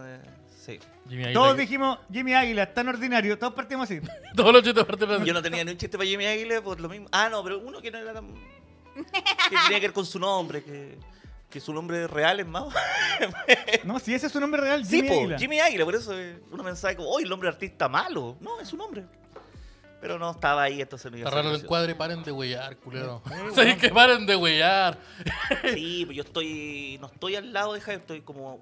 Speaker 4: sí.
Speaker 1: Jimmy Aguilar.
Speaker 2: Todos dijimos, Jimmy Águila, tan ordinario, todos partimos así.
Speaker 1: *laughs* Todos los chistes aparte de la-
Speaker 4: Yo no tenía ni un chiste para Jimmy Águila por lo mismo. Ah, no, pero uno que no era tan... Que tenía que ver con su nombre, que, que su nombre real es más...
Speaker 2: No, si ese es su nombre real,
Speaker 4: Sí,
Speaker 2: Jimmy
Speaker 4: Jimmy
Speaker 2: Águila.
Speaker 4: Jimmy Águila, por eso eh, uno pensaba como, ¡oy, el hombre artista malo! No, es un hombre. Pero no estaba ahí, entonces no
Speaker 1: *laughs*
Speaker 4: iba
Speaker 1: Está
Speaker 4: a ser
Speaker 1: raro el
Speaker 4: gracioso.
Speaker 1: encuadre, paren de huellar, culero. *laughs* Sí, que paren de huellar.
Speaker 4: Sí, pues yo estoy, no estoy al lado de Jaime, estoy como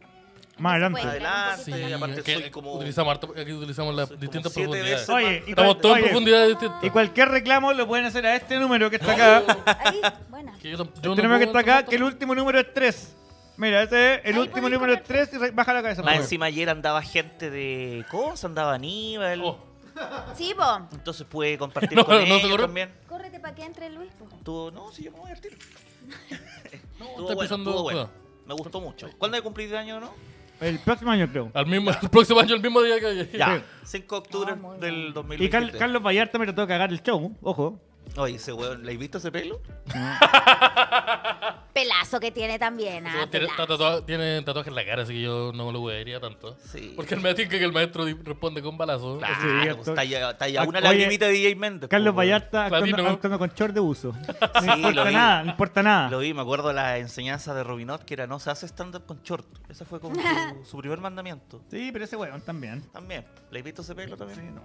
Speaker 2: Más
Speaker 3: No se
Speaker 2: adelante.
Speaker 3: puede.
Speaker 4: adelante,
Speaker 1: Sí,
Speaker 3: Sí,
Speaker 4: aparte
Speaker 1: que
Speaker 4: soy como...
Speaker 1: utilizamos harto- aquí utilizamos las
Speaker 4: soy como
Speaker 1: distintas
Speaker 4: siete
Speaker 1: profundidades.
Speaker 4: veces más-
Speaker 2: Oye, y
Speaker 1: Estamos todos en
Speaker 2: Oye.
Speaker 1: profundidades distintas.
Speaker 2: Y cualquier reclamo lo pueden hacer a este número que está acá.
Speaker 3: Ahí, buena.
Speaker 1: Que yo tam- yo no
Speaker 2: Este número que
Speaker 1: puedo
Speaker 2: está acá,
Speaker 1: tampoco-
Speaker 2: que el último número es 3. Mira, este es el
Speaker 3: Ahí
Speaker 2: último
Speaker 3: podéis
Speaker 2: número es
Speaker 3: poner
Speaker 2: 3 y re- baja la cabeza. por
Speaker 4: Más
Speaker 2: favor.
Speaker 4: encima ayer andaba gente de cosas, andaba Aníbal,
Speaker 1: *laughs* Oh,
Speaker 3: Sí, po.
Speaker 4: entonces pude compartir
Speaker 1: *laughs* No,
Speaker 4: con
Speaker 1: no se
Speaker 4: ellos
Speaker 1: corrió.
Speaker 4: también.
Speaker 3: Córrete para que entre Luis, po.
Speaker 4: Estuvo- no, sí, yo me voy a divertir. *laughs* Estuvo
Speaker 1: está
Speaker 4: bueno,
Speaker 1: empezando-
Speaker 4: estuvo bueno. Me gustó mucho. ¿Cuándo he cumplido año, no?
Speaker 2: El próximo año, creo.
Speaker 1: Al mismo, *laughs* el próximo año, el mismo día que ayer. *laughs*
Speaker 4: Ya, 5 de octubre
Speaker 3: Ah, muy
Speaker 4: del
Speaker 3: bien.
Speaker 4: 2023.
Speaker 2: Y Carl- Carlos Vallarta me trató de cagar el show, ojo.
Speaker 4: Oye, ese weón, ¿le has visto ese pelo?
Speaker 3: Pelazo que tiene también. ah,
Speaker 1: Tiene- tiene,
Speaker 3: pelazo.
Speaker 1: tatua- tiene tatuaje en la cara, así que yo no lo huevería tanto.
Speaker 4: Sí.
Speaker 1: Porque el me tinca que el maestro di- responde con balazo.
Speaker 2: Sí,
Speaker 4: Claro,
Speaker 2: actor.
Speaker 4: pues, talla, talla
Speaker 2: Ac-
Speaker 4: una
Speaker 2: Ah, oye,
Speaker 4: lagrimita de DJ Méndez.
Speaker 2: Carlos
Speaker 4: po, weón.
Speaker 2: Vallarta actuando,
Speaker 1: Platino.
Speaker 2: actuando con short de uso.
Speaker 4: Sí,
Speaker 2: No
Speaker 4: lo
Speaker 2: importa
Speaker 4: vi.
Speaker 2: nada, no importa
Speaker 4: Lo
Speaker 2: nada.
Speaker 4: vi, me acuerdo de la enseñanza de Robinot que era no se hace stand-up con short. Ese fue como
Speaker 2: *laughs*
Speaker 4: su, su primer mandamiento.
Speaker 2: Sí, pero ese weón también.
Speaker 4: También. ¿Le has visto ese pelo también?
Speaker 2: Sí, no.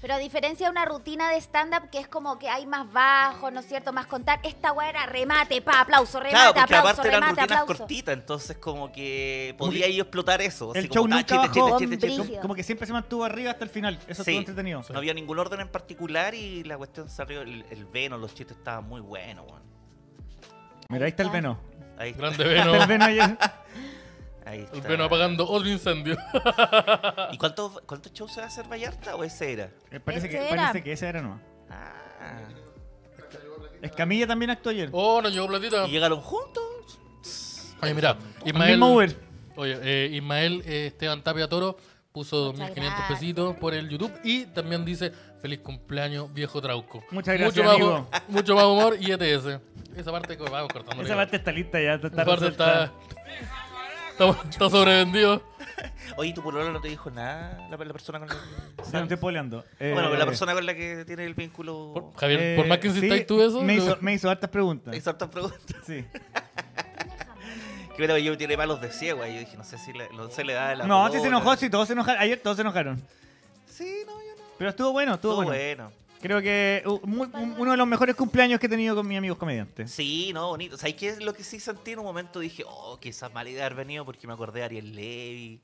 Speaker 3: Pero a diferencia de una rutina de stand-up que es como que hay más bajo, ¿no es cierto? Más contar. Esta weá era remate, pa, aplauso,
Speaker 4: Claro,
Speaker 3: remate,
Speaker 4: porque
Speaker 3: aplauso,
Speaker 4: aparte eran
Speaker 3: remate,
Speaker 4: rutinas
Speaker 3: aplauso.
Speaker 4: cortitas, entonces como que podía yo explotar eso.
Speaker 2: El
Speaker 4: así
Speaker 2: show
Speaker 4: como, "Ah,
Speaker 2: nunca
Speaker 4: ta,
Speaker 2: bajó.
Speaker 3: Con
Speaker 2: Como- Como que siempre se mantuvo arriba hasta el final. Eso
Speaker 4: Sí,
Speaker 2: estuvo entretenido.
Speaker 4: No había ningún orden en particular y la cuestión salió, el, el Veno, los chistes estaban muy buenos, weón.
Speaker 2: Mira, ahí está el Veno.
Speaker 4: Ahí está,
Speaker 1: Grande
Speaker 4: *laughs*
Speaker 2: Ahí Está el
Speaker 1: Veno.
Speaker 2: Veno ahí.
Speaker 4: ahí
Speaker 1: El
Speaker 4: está.
Speaker 1: Veno apagando otro incendio.
Speaker 4: ¿Y cuántos cuántos shows se va a hacer Vallarta o ese era?
Speaker 2: Eh, Parece que,
Speaker 3: Ese era.
Speaker 2: parece que ese era nomás.
Speaker 4: Ah.
Speaker 2: Escamilla también actuó ayer.
Speaker 1: Oh, no llegó platita.
Speaker 4: ¿Y llegaron juntos?
Speaker 1: Oye, mira,
Speaker 2: El
Speaker 1: Ismael.
Speaker 2: mismo Uber.
Speaker 1: Oye, eh, Ismael eh, Esteban Tapia Toro puso
Speaker 3: Muchas
Speaker 1: 2.500
Speaker 3: gracias.
Speaker 1: pesitos por el YouTube y también dice feliz cumpleaños, viejo Trauco.
Speaker 2: Muchas
Speaker 1: mucho
Speaker 2: gracias,
Speaker 1: más,
Speaker 2: amigo.
Speaker 1: hu- *laughs* Mucho más humor y ETS. Esa parte co- vamos cortando.
Speaker 2: Esa parte está lista ya. Está,
Speaker 1: Esa parte está,
Speaker 2: resuelta.
Speaker 1: está, está sobrevendido.
Speaker 4: Oye, tu pololo no te dijo nada, la, la persona
Speaker 2: *laughs*
Speaker 4: con la que...
Speaker 2: Sí, no estoy poleando. Eh,
Speaker 4: Bueno, pero la persona con la que tiene el vínculo...
Speaker 1: Por- Javier,
Speaker 2: eh,
Speaker 1: por más que
Speaker 2: sí,
Speaker 1: insistáis tú eso,
Speaker 2: Me
Speaker 1: lo-
Speaker 2: hizo, me hizo hartas preguntas.
Speaker 4: Hizo hartas preguntas.
Speaker 2: Sí.
Speaker 4: *laughs* Que bueno, yo tiene malos de ciego y yo dije, no sé si le, no se le da la
Speaker 2: No, sí se
Speaker 4: bola.
Speaker 2: enojó, sí, todos se enojaron. Ayer todos se enojaron.
Speaker 4: Sí, no, yo no.
Speaker 2: Pero estuvo bueno, estuvo,
Speaker 4: Estuvo
Speaker 2: bueno.
Speaker 4: bueno.
Speaker 2: Creo que uh, muy- un- uno de los mejores cumpleaños que he tenido con mis amigos comediantes.
Speaker 4: Sí, no, bonito. ¿Sabes qué es lo que sí sentí en un momento? Dije, oh, quizás mal idea haber venido porque me acordé de Ariel Levy.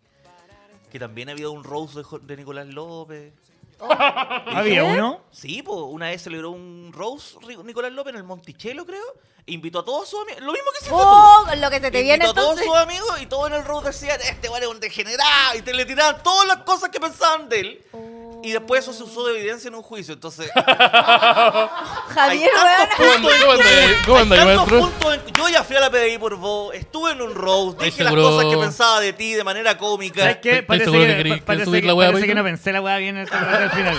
Speaker 4: Que también había un Rose de, Jo- de Nicolás López.
Speaker 2: *laughs* Había uno.
Speaker 4: Sí, pues una vez celebró un Rose Ri- Nicolás López en el Monticello, creo. e invitó a todos sus amigos. Lo mismo que hiciste
Speaker 3: ¡Oh! Lo que se
Speaker 4: tú.
Speaker 3: te viene
Speaker 4: invitó a todos
Speaker 3: entonces.
Speaker 4: sus amigos y todos en el Rose decían, este vale es un degenerado. Y te le tiraban todas las cosas que pensaban de él.
Speaker 3: Oh.
Speaker 4: Y después eso se usó de evidencia en un
Speaker 3: *laughs*
Speaker 4: juicio. Entonces,
Speaker 3: Javier,
Speaker 4: Hay
Speaker 3: weón.
Speaker 4: tantos
Speaker 1: ¿Cómo
Speaker 4: puntos
Speaker 1: andáis? ¿Cómo andáis? ¿Cómo
Speaker 4: Hay
Speaker 1: andáis,
Speaker 4: tantos
Speaker 1: maestro?
Speaker 4: puntos en- Yo ya fui a la PDI por vos, estuve en un roast, dije las
Speaker 1: seguro.
Speaker 4: cosas que pensaba de ti de manera cómica.
Speaker 2: ¿Sabes qué?
Speaker 1: Estoy seguro que querí-
Speaker 2: pa-
Speaker 1: que
Speaker 2: parece
Speaker 1: subir
Speaker 2: que-
Speaker 1: la weá,
Speaker 2: parece que
Speaker 1: Paito.
Speaker 2: no pensé la weá bien hasta hasta el final.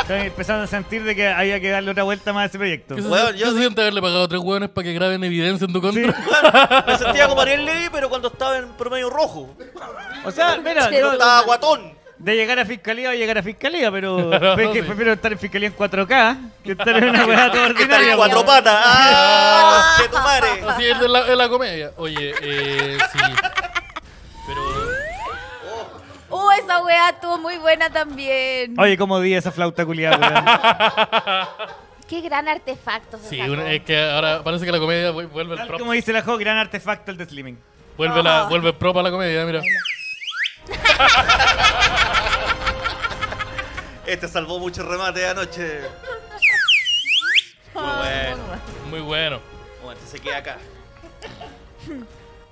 Speaker 2: Estoy empezando a sentir de que había que darle otra vuelta más a ese proyecto.
Speaker 1: ¿Qué se,
Speaker 4: Weón,
Speaker 1: qué
Speaker 4: yo
Speaker 1: se
Speaker 4: sí-
Speaker 1: siente haberle pagado a tres hueones para que graben evidencia en tu contra?
Speaker 4: Bueno, me sentía como Ariel Levy, pero cuando estaba en promedio rojo.
Speaker 2: O sea,
Speaker 4: *laughs*
Speaker 2: mira,
Speaker 4: Pero
Speaker 2: yo-
Speaker 4: estaba guatón.
Speaker 2: de llegar a fiscalía a llegar a
Speaker 1: *laughs*
Speaker 2: fiscalía, pero es que prefiero estar en fiscalía en 4K que estar en una
Speaker 4: *laughs*
Speaker 2: weá toda
Speaker 4: Que estaba en
Speaker 2: ordinaria.
Speaker 4: cuatro
Speaker 2: weón. *laughs*
Speaker 4: patas. ¡Ah! ¡Que tu madre!
Speaker 1: *laughs* Así es de la, de la comedia. Oye, eh, sí. Pero
Speaker 3: Uh, esa weá estuvo muy buena también.
Speaker 2: Oye, cómo di esa
Speaker 1: *laughs*
Speaker 2: flauta culiada,
Speaker 3: Qué gran artefacto. se
Speaker 1: sí,
Speaker 3: sacó.
Speaker 1: una- es que ahora parece que la comedia vu- vuelve el
Speaker 2: weón.
Speaker 1: prop.
Speaker 2: Tal como dice la Jo, gran artefacto el de Slimming.
Speaker 1: Vuelve, la, vuelve propa la comedia, mira.
Speaker 4: Este salvó muchos
Speaker 2: *laughs*
Speaker 4: remates anoche. Muy bueno.
Speaker 1: Muy bueno.
Speaker 4: Bueno, este se queda acá.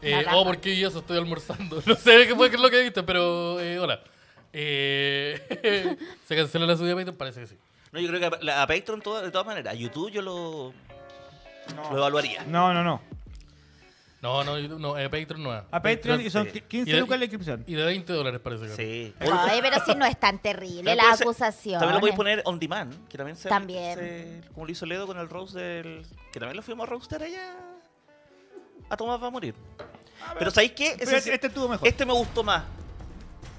Speaker 1: Eh, oh, ¿por qué yo eso estoy almorzando? *laughs* No sé qué fue qué es lo que viste, pero eh, hola. Eh, *laughs* ¿Se canceló la subida a Patreon? Parece que sí.
Speaker 4: No, yo creo que a, la- a Patreon toda- de todas maneras. A YouTube yo lo, lo evaluaría.
Speaker 2: No, no, no.
Speaker 1: No, no, YouTube no eh, Patreon no es.
Speaker 2: A Patreon y son
Speaker 4: sí.
Speaker 2: 15
Speaker 1: Y de-
Speaker 2: lucas la inscripción.
Speaker 1: Y de 20 dólares parece que
Speaker 4: Sí.
Speaker 3: Ay, pero sí no es tan terrible
Speaker 4: También
Speaker 3: la
Speaker 4: puede ser-
Speaker 3: acusación.
Speaker 4: eh,
Speaker 3: eh.
Speaker 4: También lo podéis poner on demand, que también se.
Speaker 3: También.
Speaker 4: se- como lo hizo Ledo con el roast del. Que también lo fuimos a roastar allá. A Tomás va a morir. Pero ¿sabéis qué?
Speaker 2: Ah,
Speaker 4: Ese
Speaker 2: Pero
Speaker 4: sí-
Speaker 2: este, este estuvo mejor.
Speaker 4: este me gustó más.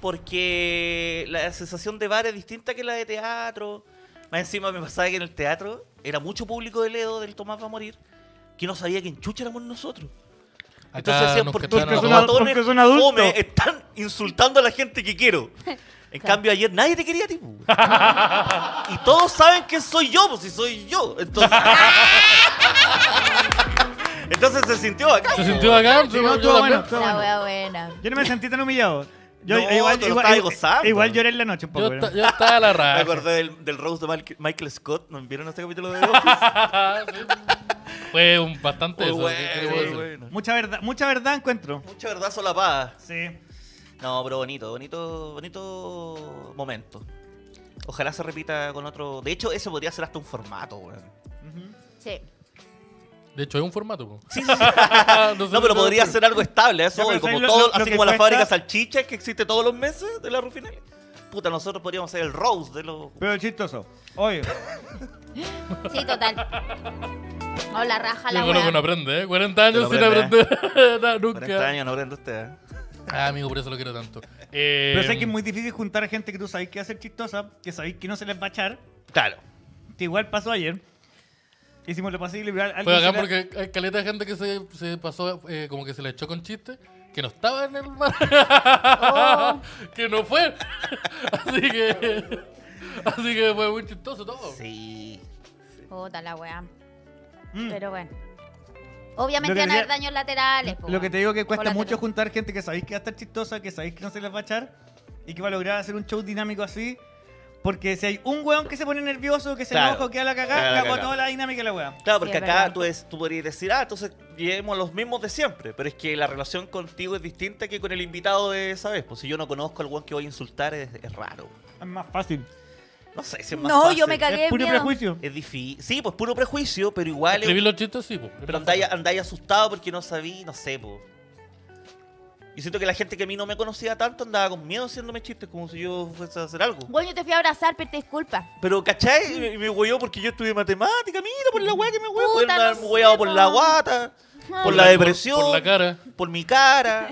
Speaker 4: Porque la sensación de bar es distinta que la de teatro. Más encima me pasaba que en el teatro era mucho público de Ledo, del Tomás va a morir, que no sabía quién chucha éramos nosotros.
Speaker 1: Acá
Speaker 4: Entonces decían,
Speaker 1: nos
Speaker 4: ¿por qué
Speaker 1: cacharon
Speaker 4: estos
Speaker 1: a todos.
Speaker 4: guatones
Speaker 2: Porque son adultos.
Speaker 4: fome están insultando a la gente que quiero? En cambio, ayer nadie te quería a ti. po. y todos saben que soy yo, pues si soy yo. Entonces, *laughs* Entonces se sintió acá.
Speaker 1: ¿Se sintió acá?
Speaker 2: Sí, no,
Speaker 1: Yo
Speaker 2: estuvo
Speaker 1: también.
Speaker 2: bueno, estuvo
Speaker 3: La
Speaker 2: bueno.
Speaker 3: wea buena.
Speaker 2: Yo no me sentí tan humillado. Yo
Speaker 4: No,
Speaker 2: igual,
Speaker 4: te lo
Speaker 2: igual,
Speaker 4: estabas
Speaker 2: igual-
Speaker 4: gozando.
Speaker 2: igual lloré en la noche un poco.
Speaker 1: Yo,
Speaker 2: pero-
Speaker 1: ta- yo estaba a la
Speaker 4: Me
Speaker 1: raja.
Speaker 4: acordé del, del roast de Mal- Michael Scott. ¿No vieron este capítulo de The *laughs* Office?
Speaker 1: *laughs* Fue un bastante
Speaker 4: Muy
Speaker 1: eso.
Speaker 4: bueno,
Speaker 1: ¿qué- qué
Speaker 4: muy
Speaker 1: puedo decir?
Speaker 4: bueno.
Speaker 2: Mucha verdad, mucha verdad encuentro.
Speaker 4: Mucha verdad solapada.
Speaker 2: Sí.
Speaker 4: No, pero bonito, bonito, bonito momento. Ojalá se repita con otro. De hecho, eso podría ser hasta un formato, weón.
Speaker 3: Sí.
Speaker 1: De hecho, es un formato. po.
Speaker 4: Sí, sí, sí.
Speaker 1: *laughs* No sé
Speaker 4: No, pero
Speaker 1: si-
Speaker 4: podría ser algo estable, a eso.
Speaker 2: Ya, pero
Speaker 4: voy, como
Speaker 2: ¿sabes lo-
Speaker 4: todo,
Speaker 2: lo- lo
Speaker 4: así
Speaker 2: que
Speaker 4: como la
Speaker 2: cuesta?
Speaker 4: fábrica de salchichas que existe todos los meses de la Rufinelli. Puta, nosotros podríamos ser el Rose de los.
Speaker 2: Pero es chistoso. Oye,
Speaker 3: Sí, total. No, la raja la
Speaker 1: Yo conozco, no
Speaker 3: weá.
Speaker 1: aprende, ¿eh? 40 años
Speaker 4: Pero
Speaker 1: sin
Speaker 4: aprende,
Speaker 1: aprender *laughs* nada,
Speaker 4: 40
Speaker 1: nunca.
Speaker 4: años no aprende usted. ¿eh?
Speaker 1: Ah, amigo, por eso lo quiero tanto.
Speaker 2: pero
Speaker 1: Eh,
Speaker 2: sé que es muy difícil juntar a gente que tú sabes que va a ser chistosa, que sabéis que no se les va a echar,
Speaker 4: Claro.
Speaker 2: que igual pasó ayer. Hicimos lo posible, pero alguien
Speaker 1: Fue
Speaker 2: se
Speaker 1: Pues acá
Speaker 2: la-
Speaker 1: porque hay caleta de gente que se, se pasó, eh, como que se le echó con chiste, que no estaba en el mar. *laughs* que no fue. así que. Así que fue muy chistoso todo.
Speaker 4: Sí.
Speaker 3: Puta la weá.
Speaker 2: Mm.
Speaker 3: Pero eh, bueno.
Speaker 2: Lo
Speaker 3: Obviamente
Speaker 2: que
Speaker 3: van a haber
Speaker 2: decía-
Speaker 3: daños laterales. po,
Speaker 2: Lo que
Speaker 3: weón.
Speaker 2: te digo que cuesta
Speaker 3: Colateral.
Speaker 2: mucho juntar gente que sabéis que va a estar chistosa, que sabéis que no se les va a echar y que va a lograr hacer un show dinámico así. Porque si hay un weón que se pone nervioso, que se
Speaker 4: Claro.
Speaker 2: enoja, que a la
Speaker 4: Caga la
Speaker 2: cagada, cagó
Speaker 4: cagá.
Speaker 2: toda la dinámica de la weá.
Speaker 4: Claro,
Speaker 3: Sí,
Speaker 4: porque
Speaker 3: es
Speaker 4: acá
Speaker 3: verdad.
Speaker 4: tú, es- tú podrías decir, ah, entonces llevemos los mismos de siempre. Pero es que la relación contigo es distinta que con el invitado de esa vez. Pues si yo no conozco al weón que voy a insultar, es, es raro.
Speaker 2: Es más fácil.
Speaker 4: No sé si es más
Speaker 3: No,
Speaker 4: fácil.
Speaker 3: yo me cagué. de
Speaker 2: es puro
Speaker 3: miedo.
Speaker 2: prejuicio.
Speaker 4: Es difícil. Sí, pues puro prejuicio, pero igual. es-
Speaker 1: Escribir los chistes, sí, pues.
Speaker 4: Pero andáis, andáis asustado porque no sabí, no sé, po. Y siento que la gente que a mí no me conocía tanto andaba con miedo haciéndome chistes como si yo fuese a hacer algo.
Speaker 3: Bueno, yo te fui a abrazar, pero te disculpa.
Speaker 4: Pero, ¿cachai? Y me- y me hueó porque yo estudié matemática, mira, por la weá que me
Speaker 3: Puta,
Speaker 4: hueó. Pueden
Speaker 3: no
Speaker 4: haberme
Speaker 3: sé,
Speaker 4: hueado por la
Speaker 3: po.
Speaker 4: guata, por la
Speaker 1: por-
Speaker 4: depresión,
Speaker 1: por la cara.
Speaker 4: por mi cara.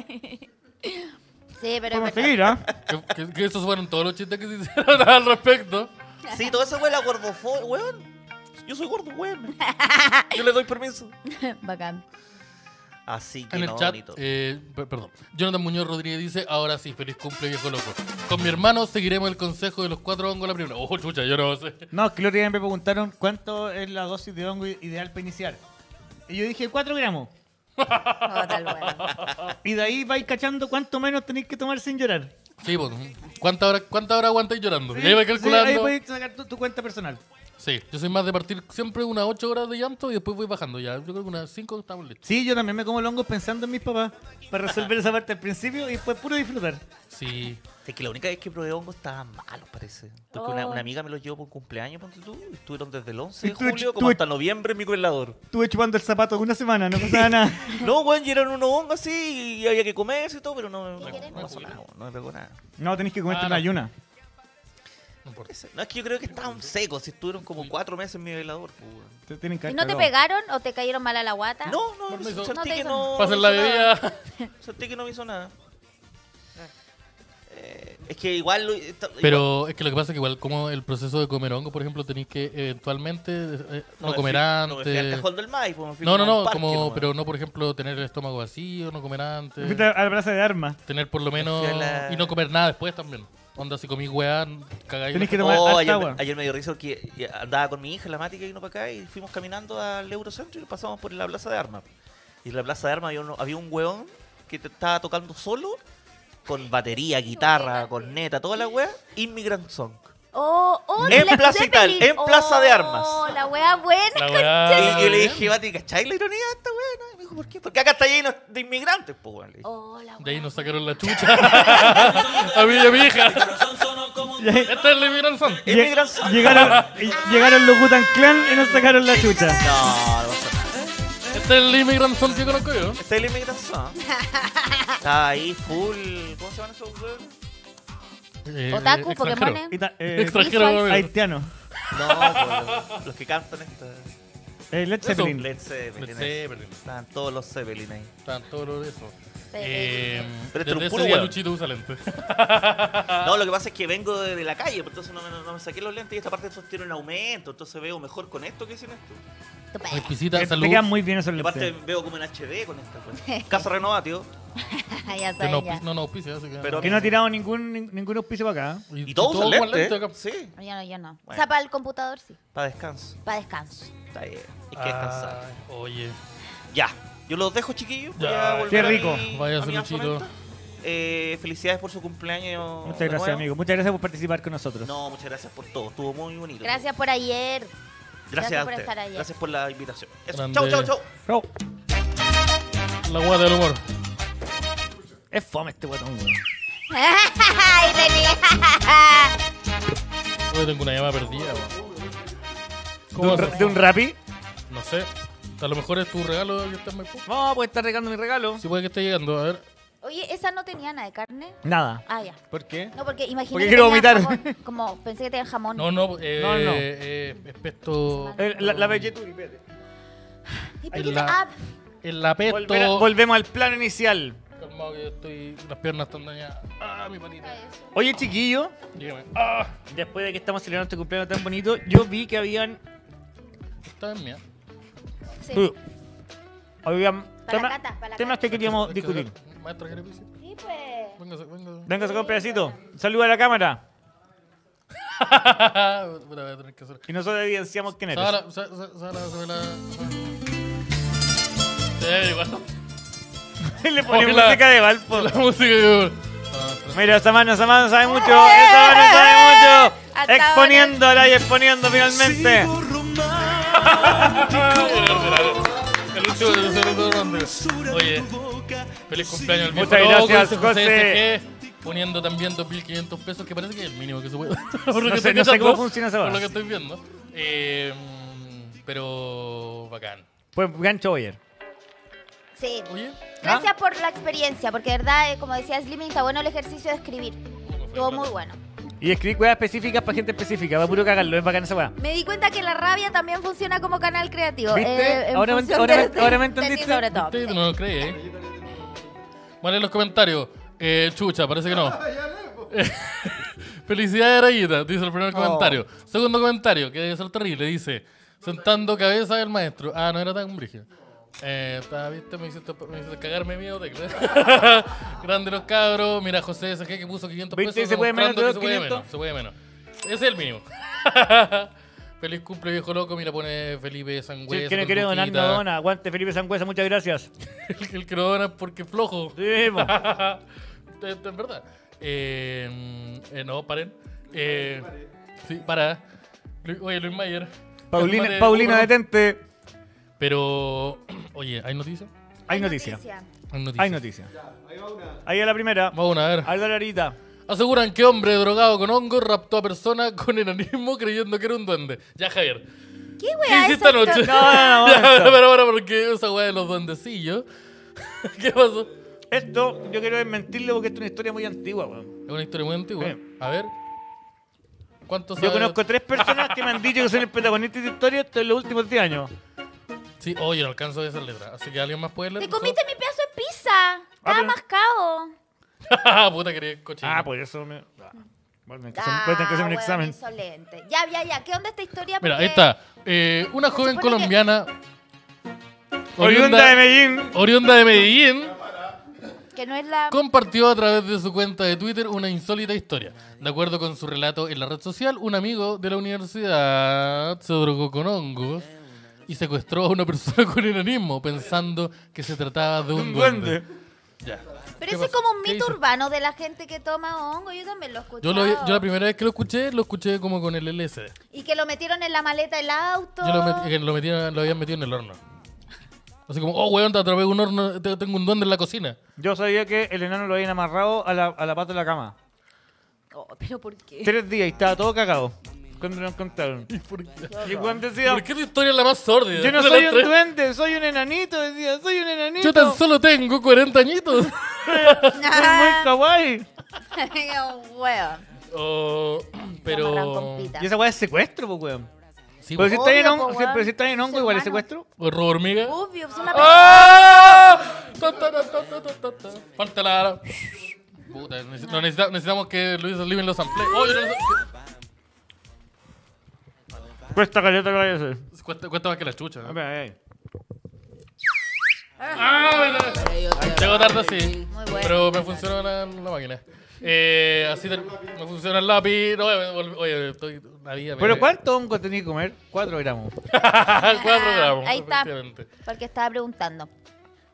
Speaker 3: Sí, pero es
Speaker 2: Vamos
Speaker 3: verdad.
Speaker 2: a
Speaker 3: *laughs*
Speaker 2: seguir, ¿ah?
Speaker 1: Que, que- que esos fueron todos los chistes que se hicieron *laughs* al respecto.
Speaker 4: Sí, toda esa weá la gordofobia, weón. Yo soy gordo, weón. Yo le doy permiso.
Speaker 3: *laughs*
Speaker 2: *laughs*
Speaker 3: Bacán.
Speaker 4: Así que
Speaker 1: En el
Speaker 4: no,
Speaker 1: chat,
Speaker 4: ni todo.
Speaker 1: eh, per- perdón. Jonathan Muñoz Rodríguez dice: Ahora sí, feliz cumple, viejo loco. Con mi hermano seguiremos el consejo de los cuatro hongos la primera. Oh, chucha, yo no sé.
Speaker 2: No, que el otro día me preguntaron cuánto es la dosis de hongo ideal para iniciar. Y yo dije 4 gramos.
Speaker 3: Puta la weá.
Speaker 2: Y de ahí vais cachando cuánto menos tenéis que tomar sin llorar.
Speaker 1: Sí, pues. ¿Cuántas horas cuánta hora aguantáis llorando?
Speaker 2: Sí,
Speaker 1: Ya iba
Speaker 2: sí,
Speaker 1: calculando.
Speaker 2: ahí podéis sacar tu, tu cuenta personal.
Speaker 1: Sí, yo soy más de partir siempre unas 8 horas de llanto y después voy bajando ya. Yo creo que unas 5 estamos listos.
Speaker 2: Sí, yo también me como hongos pensando en mis papás para resolver esa parte al principio y después puro disfrutar.
Speaker 1: Sí.
Speaker 4: Es que la única vez que probé hongo estaban malos, parece. Porque una, una amiga me los llevó por cumpleaños, ponte tú, y estuvieron desde el 11 de
Speaker 2: Estuve-
Speaker 4: julio como
Speaker 2: estuve-
Speaker 4: hasta noviembre en mi congelador.
Speaker 2: Estuve chupando el zapato una semana, no *laughs* pasaba nada.
Speaker 4: No, weón, y eran unos hongos así, y había que comerse y todo, pero no, no,
Speaker 3: querés?
Speaker 4: no pasó nada, weón, no me pegó nada.
Speaker 2: No, tenéis que comerte
Speaker 1: Ah,
Speaker 2: una
Speaker 1: no.
Speaker 2: ayuna.
Speaker 1: No importa.
Speaker 4: Ese- No, es que yo creo que estaban secos, si estuvieron como cuatro meses en mi velador, pues, weón.
Speaker 2: Te tienen
Speaker 3: ¿Y
Speaker 2: que haber
Speaker 3: no te
Speaker 2: cagado.
Speaker 3: pegaron o te cayeron mal a la guata?
Speaker 4: No, no,
Speaker 1: No me hizo-
Speaker 4: sentí
Speaker 3: Ah. no te
Speaker 4: que
Speaker 3: hizo
Speaker 4: no.
Speaker 1: Pasen
Speaker 4: no
Speaker 1: la
Speaker 4: hizo nada.
Speaker 1: bebida.
Speaker 4: Sentí que no me hizo nada. Eh, es que igual. lo- esta- igual-
Speaker 1: Pero es que lo que pasa es que igual como el proceso de comer hongo, por ejemplo, tenéis que eventualmente eh, no,
Speaker 4: me fui-
Speaker 1: comer
Speaker 4: No me fui al
Speaker 1: antes.
Speaker 4: cajón del maíz, pues, me fui
Speaker 1: No,
Speaker 4: como
Speaker 1: no,
Speaker 4: al
Speaker 1: no,
Speaker 4: parque
Speaker 1: como,
Speaker 4: nomás.
Speaker 1: pero no, por ejemplo, tener el estómago vacío, no comer
Speaker 2: Me
Speaker 1: antes,
Speaker 2: fuiste a la plaza de armas.
Speaker 1: tener por lo menos...
Speaker 4: fui a la-
Speaker 1: Y no comer nada después también. Onda, si comí weá, cagáis...
Speaker 2: Tenés que
Speaker 1: la-
Speaker 2: tomar harta
Speaker 4: Oh, ayer,
Speaker 2: agua.
Speaker 4: ayer me dio risa porque y- andaba con mi hija, la Mati, que vino para acá y fuimos caminando al Eurocentro y pasamos por la Plaza de Armas. Y en la Plaza de Armas había, uno- había un weón que te estaba tocando solo con batería, guitarra, corneta, toda la wea, Immigrant Song.
Speaker 3: Oh, oh,
Speaker 4: En
Speaker 3: de Led
Speaker 4: Plaza Italia,
Speaker 3: Zeppelin.
Speaker 4: en Plaza de Armas.
Speaker 3: Oh, la weá buena.
Speaker 1: *laughs* La weá...
Speaker 4: y yo le dije, Mati, ¿cachai la ironía de esta wea? No? Y me dijo, ¿por qué? Porque acá está lleno de inmigrantes, pues, weón. Le dije,
Speaker 3: *laughs* Oh, la
Speaker 1: De ahí
Speaker 3: weá.
Speaker 1: nos sacaron la chucha. *laughs* a mí y a mi hija. Esta es la inmigración.
Speaker 4: Immigrant Song.
Speaker 2: Llegaron, y- llegaron los Gutan Clan y nos sacaron la chucha.
Speaker 4: No, no pasa nada.
Speaker 1: Esta Este es la inmigración que conozco yo.
Speaker 4: Está el Immigrant Song. Estaba ahí full. ¿Cómo se llaman esos weones?
Speaker 1: Eh,
Speaker 3: Otaku,
Speaker 1: extranjero.
Speaker 3: Pokémon.
Speaker 2: Y ta- eh,
Speaker 1: Extranjero.
Speaker 3: Visuals.
Speaker 1: weón.
Speaker 2: haitiano.
Speaker 4: No, pues, los- los que cantan esta.
Speaker 2: Eh, Led Zeppelin.
Speaker 4: Led Zeppelin.
Speaker 1: Led
Speaker 4: ahí.
Speaker 1: Zeppelin.
Speaker 4: Estaban todos los Zeppelin ahí.
Speaker 1: Están todos los de eso.
Speaker 3: Sí.
Speaker 1: Eh,
Speaker 4: Pero este era un
Speaker 1: desde ese
Speaker 4: puro
Speaker 1: día
Speaker 4: weón.
Speaker 1: Luchito usa lentes.
Speaker 4: No, lo que pasa es que vengo de, de la calle, pues, entonces no me, no me saqué los lentes y esta parte de esos tienen aumento, entonces veo mejor con esto que sin esto.
Speaker 3: Tupe.
Speaker 1: Exquisita
Speaker 2: Te, te
Speaker 1: salud.
Speaker 2: quedan Este muy bien esos
Speaker 4: Y
Speaker 2: Led
Speaker 4: aparte
Speaker 2: Zeppelin.
Speaker 4: veo como en HD con esta cosa. Casa Renovatio.
Speaker 3: *laughs* ya
Speaker 1: Que
Speaker 3: saben,
Speaker 1: no,
Speaker 3: ya.
Speaker 1: auspicia- no, no auspicia, así que.
Speaker 4: Pero-
Speaker 2: Que no ha tirado ningún, nin- ningún auspicio para acá. ¿eh?
Speaker 4: Y, todos
Speaker 1: todo
Speaker 4: usan
Speaker 1: con
Speaker 4: lentes.
Speaker 1: lente acá.
Speaker 4: Sí,
Speaker 3: Yo no, yo no. O
Speaker 4: Bueno.
Speaker 3: sea, para el computador sí.
Speaker 4: para descanso.
Speaker 3: Para descanso.
Speaker 4: Está bien. Hay que
Speaker 1: Ah,
Speaker 4: descansar.
Speaker 1: oye.
Speaker 4: Ya. Yo los dejo, chiquillos. Voy
Speaker 1: Ya.
Speaker 4: a volver
Speaker 2: Qué
Speaker 4: a
Speaker 2: rico.
Speaker 4: mi-
Speaker 1: Vaya,
Speaker 4: a mi
Speaker 1: Luchito.
Speaker 4: aposento. Eh, felicidades por su cumpleaños.
Speaker 2: Muchas
Speaker 4: de
Speaker 2: gracias,
Speaker 4: nuevo.
Speaker 2: amigo. Muchas gracias por participar con nosotros.
Speaker 4: No, muchas gracias por todo. Estuvo muy bonito.
Speaker 3: Gracias por
Speaker 2: *laughs*
Speaker 3: ayer. *laughs*
Speaker 4: Gracias,
Speaker 3: gracias
Speaker 4: a
Speaker 3: por
Speaker 4: usted.
Speaker 3: estar allá.
Speaker 4: Gracias por la invitación. Eso.
Speaker 1: Grande.
Speaker 4: Chau, chau, chau.
Speaker 2: Bro,
Speaker 1: La guada del humor.
Speaker 2: es fome este guatón, weón.
Speaker 3: Ay, René.
Speaker 1: Hoy tengo una llamada perdida. weón.
Speaker 2: ¿De
Speaker 1: ¿Cómo
Speaker 2: un, ra-
Speaker 1: haces?
Speaker 2: de un rapi?
Speaker 1: No sé. A lo mejor es tu regalo que está en Maipú.
Speaker 2: No, pues está regalando mi regalo.
Speaker 1: Si puede que esté llegando, a ver.
Speaker 3: *laughs* Oye, ¿esa no tenía nada de carne?
Speaker 2: Nada.
Speaker 3: Ah, ya.
Speaker 2: ¿Por qué?
Speaker 3: No, porque imaginé
Speaker 2: Porque
Speaker 3: que
Speaker 2: quiero
Speaker 3: tenía
Speaker 2: vomitar. *laughs*
Speaker 3: jamón. Como pensé que tenía jamón.
Speaker 1: No, no, eh,
Speaker 2: No, no.
Speaker 1: eh, es pesto-
Speaker 2: Eh, La, la vegeturi, espérate.
Speaker 3: ¿Y por qué
Speaker 1: en
Speaker 3: te-
Speaker 1: la,
Speaker 3: ah,
Speaker 1: en la pesto.
Speaker 2: Volver a- volvemos al plano inicial.
Speaker 1: Calmado que yo estoy. Las piernas están dañadas. Ah, mi patita.
Speaker 2: Oye, chiquillo,
Speaker 1: Dígame.
Speaker 2: después de que estamos celebrando este cumpleaños tan bonito, yo vi que habían. uh,
Speaker 1: Esta es mía.
Speaker 3: sí.
Speaker 2: Habían.
Speaker 3: Para
Speaker 2: tema-
Speaker 3: la cata, para la
Speaker 2: temas que queríamos
Speaker 1: Hay que
Speaker 2: discutir.
Speaker 1: hacer- Maestra, ¿quiere piso?
Speaker 3: Sí, pues.
Speaker 1: Véngase,
Speaker 2: *laughs*
Speaker 1: véngase.
Speaker 2: Venga, saca un pedacito. Saluda a la cámara.
Speaker 1: Ah, Puta, voy a tener que hacer.
Speaker 2: Y nosotros evidenciamos quién eres.
Speaker 1: Sara, Sa- Sa- Sara, sube
Speaker 2: *laughs*
Speaker 1: la. Sí, Eh, igual. *laughs*
Speaker 2: *laughs* Le ponemos
Speaker 1: Hola.
Speaker 2: música de Valpo.
Speaker 1: La música Ah, que.
Speaker 2: Mira, Samana, Samana sabe mucho. Samana sabe mucho.
Speaker 3: Hasta
Speaker 2: Exponiéndola y exponiendo finalmente.
Speaker 5: Sigo romántico.
Speaker 1: El último de los saludos
Speaker 5: Dulzura
Speaker 1: grandes. Oye,
Speaker 5: de tu boca.
Speaker 1: feliz cumpleaños al viejo
Speaker 2: Muchas
Speaker 1: loco,
Speaker 2: gracias,
Speaker 1: dice
Speaker 2: José.
Speaker 1: SG, Poniendo también 2.500 pesos, que parece que es el mínimo que se puede. *laughs* Por lo
Speaker 2: No
Speaker 1: que
Speaker 2: sé-
Speaker 1: estoy
Speaker 2: no sé
Speaker 1: viendo,
Speaker 2: cómo funciona esa
Speaker 1: Por
Speaker 2: base.
Speaker 1: lo que estoy viendo. Eh, mm, pero bacán.
Speaker 2: Pues gancho ayer.
Speaker 3: Sí.
Speaker 1: Oye,
Speaker 2: ¿Ah?
Speaker 3: Gracias por la experiencia, porque de verdad, eh, como decía Slimming, está bueno el ejercicio de escribir. Estuvo muy bueno.
Speaker 2: Y escribí weas específicas para gente específica. Va puro cagarlo, es bacana esa wea.
Speaker 3: Me di cuenta que la rabia también funciona como canal creativo.
Speaker 2: ¿Viste?
Speaker 3: eh, en
Speaker 2: Ahora me-
Speaker 3: función
Speaker 2: ahora me-
Speaker 3: de-
Speaker 2: ahora me
Speaker 3: de ti
Speaker 2: entendiste.
Speaker 3: sobre todo.
Speaker 1: usted
Speaker 3: Sí.
Speaker 1: no lo cree, ¿eh? Bueno, en los comentarios. Eh, chucha, parece que
Speaker 2: *laughs*
Speaker 1: no. *laughs* Felicidades, Rayita, dice el
Speaker 2: Oh.
Speaker 1: primer comentario. Segundo comentario, que debe ser terrible, dice: Sentando cabeza del maestro. Ah, no era tan brígido. Eh, ta- ¿viste? Me hiciste, me hiciste cagarme miedo, tecla. *laughs* Grande los cabros. Mira, José SG que puso 500
Speaker 2: ¿Viste?
Speaker 1: pesos.
Speaker 2: Se puede menos de
Speaker 1: demostrando
Speaker 2: los
Speaker 1: que
Speaker 2: 500.
Speaker 1: Se puede menos. Se puede menos. Ese es el mínimo. *laughs* Feliz cumple, viejo loco. Mira, pone Felipe
Speaker 2: Si
Speaker 1: Sangüesa.
Speaker 2: el que no
Speaker 1: con
Speaker 2: quiere donar, no
Speaker 1: Luquita.
Speaker 2: dona. Aguante, Felipe Sangüesa, muchas gracias.
Speaker 1: *laughs* El, el que lo dona porque es flojo.
Speaker 2: Sí, po. *laughs*
Speaker 1: Es es verdad. Eh, eh, no, paren. Eh, sí, para. Lu- Oye, Luis Mayer.
Speaker 2: Paulina,
Speaker 1: Cálmate,
Speaker 2: Paulina,
Speaker 1: uno.
Speaker 2: detente.
Speaker 1: Pero, *clears throat* oye, ¿hay noticias?
Speaker 2: Hay noticia.
Speaker 1: Hay noticias.
Speaker 2: Hay noticia. Ahí a la primera.
Speaker 1: Vamos a ver.
Speaker 2: A la *laughs* larita.
Speaker 1: Aseguran que hombre drogado con hongo raptó a persona con enanismo creyendo que era un duende. Ya, Javier.
Speaker 3: ¿Qué wea
Speaker 1: ¿Qué
Speaker 3: es
Speaker 1: hiciste
Speaker 3: esto?
Speaker 1: anoche?
Speaker 2: No, no,
Speaker 1: *laughs*
Speaker 2: no,
Speaker 1: Ya,
Speaker 2: momento.
Speaker 1: pero ahora, porque esa weá de los duendecillos. *laughs* ¿Qué pasó?
Speaker 2: Esto yo quiero desmentirlo porque esto es una historia muy antigua, weón.
Speaker 1: Es una historia muy antigua.
Speaker 2: Sí.
Speaker 1: A ver. ¿Cuántos
Speaker 2: Yo conozco tres personas que me han dicho que son el protagonista de esta historia esto en los últimos 10 años.
Speaker 1: Sí, oye, no alcanzo esa letra. Así que alguien más puede leer.
Speaker 3: Te comiste mi pedazo de pizza. Estaba
Speaker 2: Ah, pero-
Speaker 3: mascado.
Speaker 1: *laughs* Ah, puta, quería cochino.
Speaker 2: Ah, por eso me. ah. Voy a tener que hacer- voy a tener que hacer
Speaker 3: Ah,
Speaker 2: un
Speaker 3: weón,
Speaker 2: examen.
Speaker 3: insolente. Ya, ya, ya. ¿Qué onda esta historia?
Speaker 1: Mira,
Speaker 3: Porque-
Speaker 1: ahí está. Eh, una joven
Speaker 3: supone
Speaker 1: colombiana.
Speaker 2: Oriunda de Medellín.
Speaker 1: oriunda de Medellín
Speaker 3: Que no es la.
Speaker 1: compartió a través de su cuenta de Twitter una insólita historia. De acuerdo con su relato en la red social, un amigo de la universidad se drogó con hongos y secuestró a una persona *laughs* con enanismo pensando que se trataba de un,
Speaker 2: Un
Speaker 1: duende.
Speaker 2: duende.
Speaker 3: Pero
Speaker 1: ¿Qué
Speaker 3: ese es
Speaker 1: pasó?
Speaker 3: como un
Speaker 1: ¿Qué
Speaker 3: mito
Speaker 1: hizo?
Speaker 3: urbano de la gente que toma hongo. Yo también lo escuché.
Speaker 1: Yo, lo- yo la primera vez que lo escuché, lo escuché como con el LSD.
Speaker 3: Y que lo metieron en la maleta del auto.
Speaker 1: Yo lo,
Speaker 3: *laughs*
Speaker 1: met- que lo, metieron- lo habían metido en el horno. Así como, oh, weón, te atrapé un horno, te- tengo un duende en la cocina.
Speaker 2: Yo sabía que el enano lo habían amarrado a la, a la pata de la cama.
Speaker 3: Oh, pero ¿por qué?
Speaker 2: Tres días y estaba todo cagado. Cuando lo encontraron.
Speaker 1: ¿Por qué,
Speaker 2: Y Juan decía,
Speaker 1: ¿Por qué tu historia es la más sórdida?
Speaker 2: yo no
Speaker 1: De
Speaker 2: soy
Speaker 1: las
Speaker 2: un
Speaker 1: tres.
Speaker 2: duende, soy un enanito, decía, soy un enanito.
Speaker 1: Yo tan solo tengo 40
Speaker 2: *laughs*
Speaker 1: añitos.
Speaker 2: Soy
Speaker 3: Ah.
Speaker 2: muy kawaii.
Speaker 3: Weón.
Speaker 1: Oh,
Speaker 3: amarran
Speaker 1: *clears throat* pero...
Speaker 3: con pita.
Speaker 2: Y esa weá es secuestro, pues weón.
Speaker 1: Sí,
Speaker 2: Pero si Uh.
Speaker 1: po.
Speaker 2: está en
Speaker 3: pues, Obvio,
Speaker 2: hongo,
Speaker 3: po,
Speaker 2: sí,
Speaker 3: weón.
Speaker 2: pero si está en hongo
Speaker 3: Ser
Speaker 2: igual es
Speaker 3: humano.
Speaker 2: secuestro.
Speaker 1: ¿O robo hormiga?
Speaker 3: Obvio, es una
Speaker 1: ¡Ah! Ta, ta, ta, ta, ta, ta, ta. Falta la... Puta, necesit- no, necesita- necesitamos que Luis Slimen los amplíe. Oh, yo no sé-
Speaker 2: Cuesta Pues caleta lo vaya a hacer.
Speaker 1: cuesta, cuesta más que la chucha. ¿eh? Llego tarde, sí.
Speaker 3: Muy bueno.
Speaker 1: Pero me funcionó la, la máquina. Eh, así ter- me funciona el lápiz. No, me volví- oye, estoy una vida.
Speaker 2: ¿Pero
Speaker 1: me- *laughs*
Speaker 2: cuánto hongo tenía que comer? Cuatro gramos.
Speaker 1: Cuatro gramos.
Speaker 3: Ah, Ahí está.
Speaker 1: efectivamente.
Speaker 3: Porque estaba preguntando.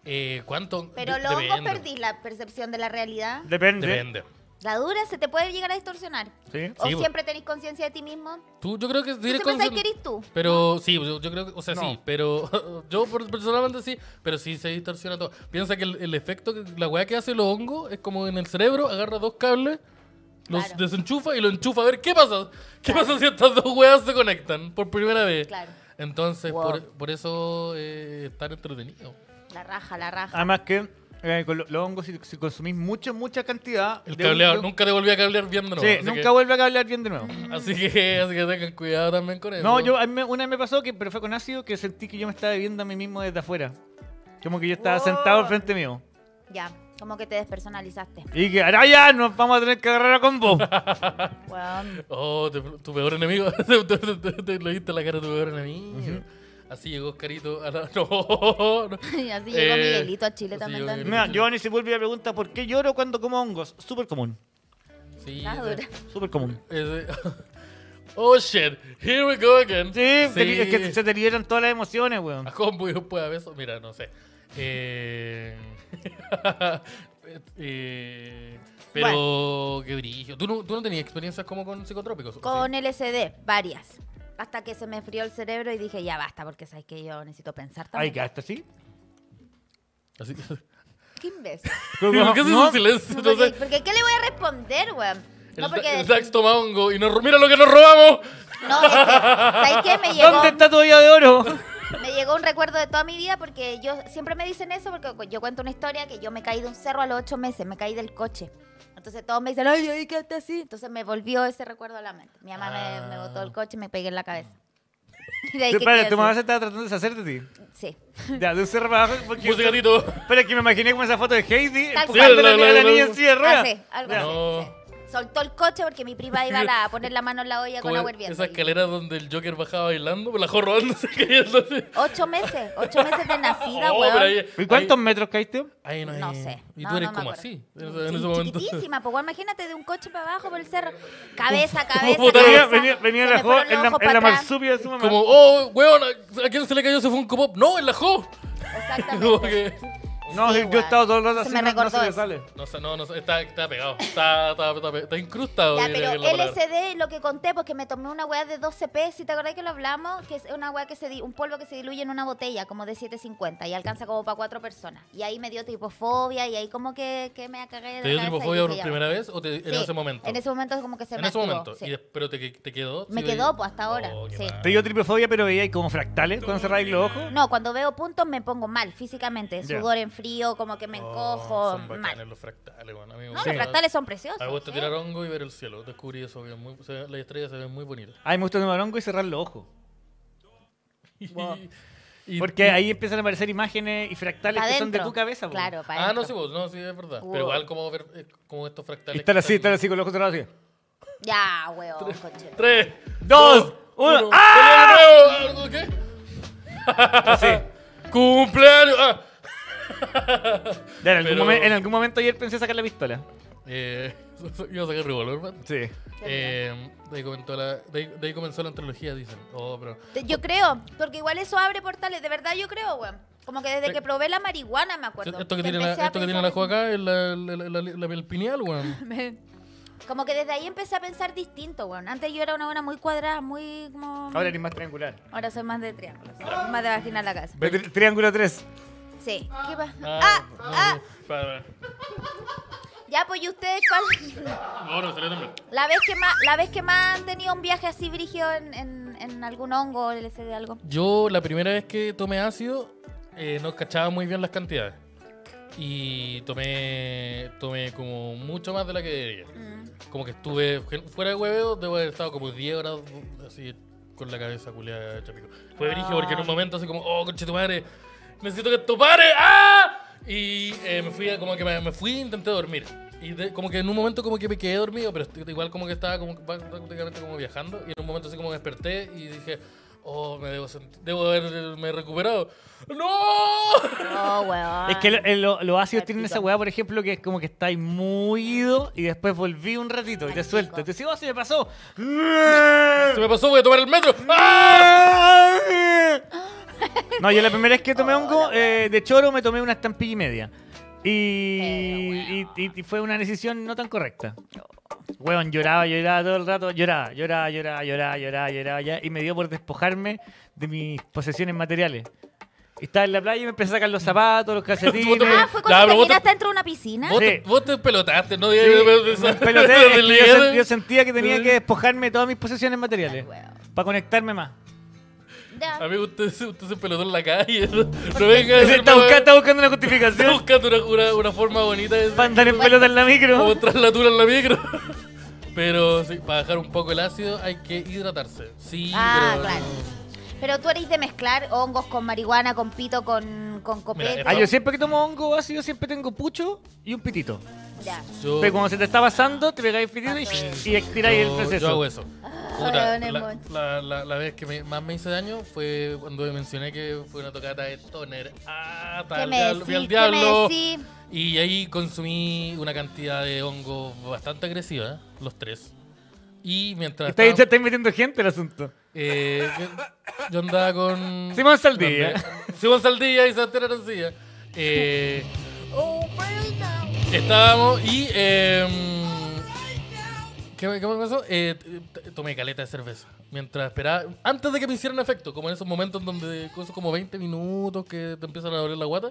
Speaker 1: Eh, ¿Cuánto?
Speaker 3: Pero
Speaker 1: De-
Speaker 3: los hongos
Speaker 1: depende.
Speaker 3: perdís la percepción de la realidad.
Speaker 2: Depende.
Speaker 1: Depende.
Speaker 3: La dura se te puede llegar a distorsionar.
Speaker 2: Sí.
Speaker 3: O
Speaker 1: Sí, po.
Speaker 3: siempre tenés conciencia de ti mismo.
Speaker 1: Tú, yo creo que sí
Speaker 3: Tú
Speaker 1: eres
Speaker 3: siempre sabes
Speaker 1: consci-
Speaker 3: que eres tú.
Speaker 1: Pero sí, yo, yo creo que, o sea, sí,
Speaker 2: No.
Speaker 1: pero *laughs* yo por- personalmente sí, pero sí se distorsiona todo. Piensa que el, el efecto, que la weá que hace los hongos es como en el cerebro, agarra dos cables, los
Speaker 3: Claro.
Speaker 1: desenchufa y los enchufa a ver qué pasa. ¿Qué pasa si estas dos weas se conectan por primera vez?
Speaker 3: Claro.
Speaker 1: Entonces,
Speaker 3: Wow.
Speaker 1: por, por eso eh, es tan entretenido.
Speaker 3: La raja, la raja.
Speaker 2: Además que eh, con lo- los hongos, si, si consumís mucha, mucha cantidad.
Speaker 1: El
Speaker 2: de un-
Speaker 1: cableado.
Speaker 2: de un-
Speaker 1: Nunca te volví a cablear bien de nuevo.
Speaker 2: Sí,
Speaker 1: así
Speaker 2: nunca
Speaker 1: que- Mm,
Speaker 2: vuelve a cablear bien de nuevo.
Speaker 1: *laughs* Así que, así que tengan cuidado también con eso.
Speaker 2: No, yo a mí me- una vez me pasó que, pero fue con ácido, que sentí que yo me estaba viendo a mí mismo desde afuera. Como que yo
Speaker 1: Oh.
Speaker 2: estaba
Speaker 3: Wow.
Speaker 2: sentado al frente mío.
Speaker 1: Ah.
Speaker 3: Ya, como que te despersonalizaste.
Speaker 2: Y que ahora ya nos vamos a tener que agarrar
Speaker 1: *laughs*
Speaker 2: a combo. *laughs*
Speaker 3: Weón. *laughs*
Speaker 1: Oh, te- tu peor enemigo. *laughs* te, te- te- te leíste la cara de tu peor enemigo. Así llegó Oscarito a la... *laughs* No, no.
Speaker 3: Y así llegó
Speaker 1: Eh,
Speaker 3: Miguelito a Chile
Speaker 1: así
Speaker 3: también.
Speaker 1: llegó
Speaker 3: tan-
Speaker 1: Miguelito.
Speaker 2: Mira, Giovanni se vuelve a pregunta ¿por qué lloro cuando como hongos? Súper común.
Speaker 1: Sí,
Speaker 3: Ah,
Speaker 1: sí.
Speaker 3: dura.
Speaker 2: Súper común.
Speaker 1: Ese- *laughs* Oh shit, here we go again.
Speaker 2: Sí, te- es que se te liberan todas las emociones, weón.
Speaker 1: A combo y después a beso. Mira, no sé. Eh... *laughs* eh, Pero qué brillo. ¿Tú no, tú no tenías experiencias como con psicotrópicos? ¿o sí?
Speaker 3: Con LSD, varias. Hasta que se me enfrió el cerebro y dije, ya basta, porque sabes que yo necesito pensar
Speaker 2: Ay,
Speaker 3: también.
Speaker 2: que hasta sí.
Speaker 1: Así-
Speaker 2: *laughs*
Speaker 3: ¿Qué imbécil?
Speaker 1: ¿Por *laughs* qué haces
Speaker 2: No,
Speaker 1: un silencio?
Speaker 3: No,
Speaker 1: No sé.
Speaker 3: porque, porque ¿qué le voy a responder, weón?
Speaker 1: El,
Speaker 3: No, porque...
Speaker 1: da- el Dax toma hongo y nos... ro- ¡Mira lo que nos robamos!
Speaker 3: No, es que, ¿sabes qué?
Speaker 2: *laughs*
Speaker 3: Me llegó,
Speaker 2: ¿Dónde está tu olla de oro?
Speaker 3: me llegó un recuerdo de toda mi vida porque yo siempre me dicen eso porque cu- yo cuento una historia que yo me caí de un cerro a los ocho meses, me caí del coche. Entonces todos me dicen, ay, ay, ¿qué haces así? Entonces me volvió ese recuerdo a la mente. Mi mamá me, me botó el coche y me pegué en la cabeza.
Speaker 2: *laughs*
Speaker 3: Y de ahí que
Speaker 2: Espera,
Speaker 3: quedé
Speaker 2: Ah. tu mamá
Speaker 3: así.
Speaker 2: se estaba tratando de deshacerte de ti.
Speaker 3: Sí.
Speaker 2: Ya, de un cerro para abajo. Porque
Speaker 1: Música, Tito.
Speaker 2: Pero es que me imaginé como esa foto de Heidi
Speaker 3: Tal
Speaker 2: empujando
Speaker 1: cual.
Speaker 2: a
Speaker 1: Sí, la-
Speaker 2: la, a la
Speaker 1: la-
Speaker 2: niña
Speaker 1: la-
Speaker 2: en silla de ruedas.
Speaker 3: Así, algo
Speaker 1: No.
Speaker 3: así. sí. Soltó el coche porque mi prima iba a, la- a poner la mano en la olla con
Speaker 1: Como
Speaker 3: agua hirviendo.
Speaker 1: esa
Speaker 3: Y-
Speaker 1: escalera donde el Joker bajaba bailando, la dejó *laughs* robándose, cayéndose.
Speaker 3: Ocho meses, ocho meses de nacida,
Speaker 1: *laughs* Oh,
Speaker 3: weón.
Speaker 1: pero ahí-
Speaker 2: ¿Y cuántos
Speaker 1: ahí-
Speaker 2: metros caíste?
Speaker 1: ahí no, hay-
Speaker 3: No sé.
Speaker 1: Y
Speaker 3: No,
Speaker 1: tú eres
Speaker 3: no me
Speaker 1: como
Speaker 3: acuerdo.
Speaker 1: así, en, ese- en
Speaker 3: Sí,
Speaker 1: ese momento. *laughs*
Speaker 3: Chiquitísima, pues weón, imagínate de un coche para abajo por el cerro. Cabeza, cabeza.
Speaker 1: puta,
Speaker 3: cabeza.
Speaker 2: Venía, venía, venía
Speaker 3: Se
Speaker 2: la
Speaker 3: me
Speaker 2: jo,
Speaker 3: fueron los
Speaker 2: en la,
Speaker 3: ojos
Speaker 2: en la
Speaker 3: pa' atrás.
Speaker 2: marsupia de su mamá.
Speaker 1: Como, oh, weón, ¿a a quién se le cayó ese Funko Pop? No, en la Jo. *laughs* Como
Speaker 3: Exactamente.
Speaker 1: que-
Speaker 2: no,
Speaker 3: Sí,
Speaker 2: yo
Speaker 3: weón.
Speaker 2: he estado todo el rato
Speaker 3: Se
Speaker 2: así,
Speaker 3: me
Speaker 2: no- no,
Speaker 3: recordó
Speaker 2: se me
Speaker 3: eso.
Speaker 2: sale.
Speaker 1: No sé, no, no sé, está, está pegado. Está, está, está, pe- está incrustado.
Speaker 3: Ya,
Speaker 1: diría
Speaker 3: pero
Speaker 1: que es la palabra.
Speaker 3: LSD, lo que conté, porque me tomé una weá de 12 p si te acordás que lo hablamos, que es una weá que se di, un polvo que se diluye en una botella, como de 750, y alcanza como para cuatro personas. Y ahí me dio tripofobia, y ahí como que, que me cagué de la
Speaker 1: ¿Te dio
Speaker 3: cabeza y
Speaker 1: tripofobia
Speaker 3: dije,
Speaker 1: por
Speaker 3: ya,
Speaker 1: primera vez o te- en
Speaker 3: Sí,
Speaker 1: ese momento?
Speaker 3: En ese momento como que se
Speaker 1: En
Speaker 3: me
Speaker 1: ese
Speaker 3: activó,
Speaker 1: momento.
Speaker 3: sí.
Speaker 1: Y des- ¿Pero te, que- te quedó?
Speaker 3: Me
Speaker 1: Sí,
Speaker 3: quedó,
Speaker 1: veí-
Speaker 3: pues, hasta ahora,
Speaker 1: Oh, qué
Speaker 3: sí.
Speaker 1: mal.
Speaker 2: ¿Te dio tripofobia pero veía ahí como fractales cuando cerráis los ojos?
Speaker 3: No, cuando veo puntos me pongo mal físicamente,
Speaker 2: Ya.
Speaker 3: sudor en frío, como que me
Speaker 1: Oh,
Speaker 3: encojo,
Speaker 1: son
Speaker 3: mal.
Speaker 1: bacanes los fractales, bueno, a mí me
Speaker 3: No,
Speaker 1: gusta-
Speaker 3: los fractales son preciosos.
Speaker 1: A mí me gusta
Speaker 3: ¿eh?
Speaker 1: tirar hongo y ver el cielo. Descubrí eso. Que es muy, se- las estrellas se ven muy bonitas.
Speaker 2: Ay, me gusta tomar hongo y cerrar los ojos. Wow.
Speaker 1: Y-
Speaker 2: Porque ahí empiezan a aparecer imágenes y fractales
Speaker 3: Pa'
Speaker 2: que son de
Speaker 3: dentro.
Speaker 2: tu cabeza. po.
Speaker 3: Claro, para
Speaker 1: Ah, no, sí, vos, no, sí, es verdad.
Speaker 3: Wow.
Speaker 1: Pero igual como ver eh, como estos fractales.
Speaker 2: Y estar
Speaker 1: que
Speaker 2: así, estar así con los ojos
Speaker 1: *laughs*
Speaker 2: cerrados así.
Speaker 3: Ya, weón, conche.
Speaker 1: Tres,
Speaker 2: Dos, uno.
Speaker 1: ¡Ah! ¿Qué?
Speaker 2: Así.
Speaker 1: ¡Cumpleaños! Ah.
Speaker 2: Ya, en, algún
Speaker 1: Pero-
Speaker 2: momen- en algún momento ayer pensé sacar la pistola.
Speaker 1: Eh, *laughs* iba a sacar revólver, man.
Speaker 2: Sí.
Speaker 1: Eh, de, ahí comentó la, de, ahí, de ahí comenzó la antología, dicen. Oh, pero.
Speaker 3: Te- Yo creo, porque igual eso abre portales, de verdad yo creo, weón. Como que desde que probé la marihuana me acuerdo.
Speaker 1: Esto que tiene la,
Speaker 3: empecé a
Speaker 1: esto que tiene
Speaker 3: pensar
Speaker 1: la
Speaker 3: en-
Speaker 1: Jo acá es la, la, la- la- la- el pineal, weón.
Speaker 3: Me- *laughs* Como que desde ahí empecé a pensar distinto, weón. Antes yo era una buena muy cuadrada, muy como...
Speaker 2: Ahora eres más triangular.
Speaker 3: Ahora soy más de triángulos, más de vagina en la casa.
Speaker 2: Ve tri- Triángulo 3.
Speaker 3: Sí. ¿Qué pasa? Ah,
Speaker 1: no,
Speaker 3: ah,
Speaker 1: para-
Speaker 3: ya pues y ustedes cuál... *laughs*
Speaker 1: Ahora salió también.
Speaker 3: La vez que más, la vez que más han tenido un viaje así brígido en, en, en algún hongo o LSD algo.
Speaker 1: Yo la primera vez que tomé ácido eh, no cachaba muy bien las cantidades. Y tomé, tomé como mucho más de la que debería.
Speaker 3: Mm.
Speaker 1: Como que estuve gen- fuera de hueveo, debo haber estado como 10 horas así con la cabeza culiada hecha pico. Fue brillo porque en un momento así como, oh, conche tu madre, necesito que esto pare, ¡ah! Y eh, me fui, a- como que me, me fui e intenté dormir. Y de- como que en un momento como que me quedé dormido, pero est- igual como que estaba como que prácticamente como viajando. Y en un momento así como me desperté y dije, oh, me debo, sent- debo haberme recuperado. ¡No!
Speaker 3: Oh, weón.
Speaker 2: Es que lo- eh, lo- los ácidos tienen
Speaker 3: Pico.
Speaker 2: esa weá, por ejemplo, que es como que estáis muy ido y después volví un ratito y te
Speaker 3: Ay,
Speaker 2: suelto.
Speaker 3: pico.
Speaker 2: Y te digo, oh, se me *laughs* pasó.
Speaker 1: *laughs* Se me pasó, voy a tomar el metro. ¡Ah!
Speaker 2: No, yo la primera vez que tomé hongo eh, de choro me tomé una estampilla y media. Y,
Speaker 3: Eh,
Speaker 2: y- y- y fue una decisión no tan correcta. Weón, lloraba, lloraba todo el rato, lloraba, lloraba, lloraba, lloraba, lloraba, lloraba, ya, y me dio por despojarme de mis posesiones materiales. Y estaba en la playa y me empecé a sacar los zapatos, los calcetines.
Speaker 3: Ah, fue cuando
Speaker 1: Ya, pero
Speaker 3: te
Speaker 1: vos te-
Speaker 3: tiraste dentro de una piscina.
Speaker 1: Vos,
Speaker 2: Sí.
Speaker 1: te, vos te pelotaste, no
Speaker 2: Sí, me peloteé, es que yo, sen- yo sentía que tenía que despojarme de todas mis posesiones materiales
Speaker 3: Ay, weón.
Speaker 2: para conectarme más.
Speaker 3: Ya.
Speaker 1: Amigo, usted, se- usted se pelotó en la calle. *laughs* No, no venga a
Speaker 2: Está,
Speaker 1: decirme,
Speaker 2: busca-
Speaker 1: weón,
Speaker 2: está buscando una
Speaker 1: está
Speaker 2: justificación
Speaker 1: buscando una, una- una forma bonita de
Speaker 2: para andar en pelota en la
Speaker 1: O
Speaker 2: micro.
Speaker 1: mostrar la tula en la micro. *laughs* Pero sí, para bajar un poco el ácido hay que hidratarse. Sí,
Speaker 3: Ah,
Speaker 1: pero
Speaker 3: claro.
Speaker 1: no-
Speaker 3: Pero tú eres de mezclar hongos con marihuana, con pito, con, con copete.
Speaker 2: Ah, yo siempre que tomo hongo ácido siempre tengo pucho y un pitito.
Speaker 3: Ya.
Speaker 1: yo,
Speaker 2: Pero cuando se te está pasando, te pegáis el pitito y, y estiráis el
Speaker 1: yo-
Speaker 2: proceso.
Speaker 1: yo hago eso.
Speaker 3: Ah,
Speaker 1: Puta,
Speaker 3: weón, es
Speaker 1: la,
Speaker 3: bueno.
Speaker 1: la- la- la vez que me- más me hice daño fue cuando mencioné que fue una tocata de Toner. Ah,
Speaker 3: ¿Qué
Speaker 1: tal,
Speaker 3: me
Speaker 1: diablo,
Speaker 3: decís?
Speaker 1: vi al
Speaker 3: ¿Qué me
Speaker 1: diablo.
Speaker 3: decís?
Speaker 1: Y ahí consumí una cantidad de hongos bastante agresiva, los tres. Y mientras.
Speaker 2: Estáis,
Speaker 1: estaba-
Speaker 2: estáis metiendo gente el asunto.
Speaker 1: Eh, que- yo andaba con.
Speaker 2: Simón Saldivia.
Speaker 1: Grande. Simón Saldilla y Santana Arancilla. Eh, estábamos y. eh, ¿qué, me- qué me pasó? Eh, t- t- tomé caleta de cerveza. Mientras esperaba. Antes de que me hicieran efecto, como en esos momentos donde. Cosas como 20 minutos que te empiezan a doler la guata.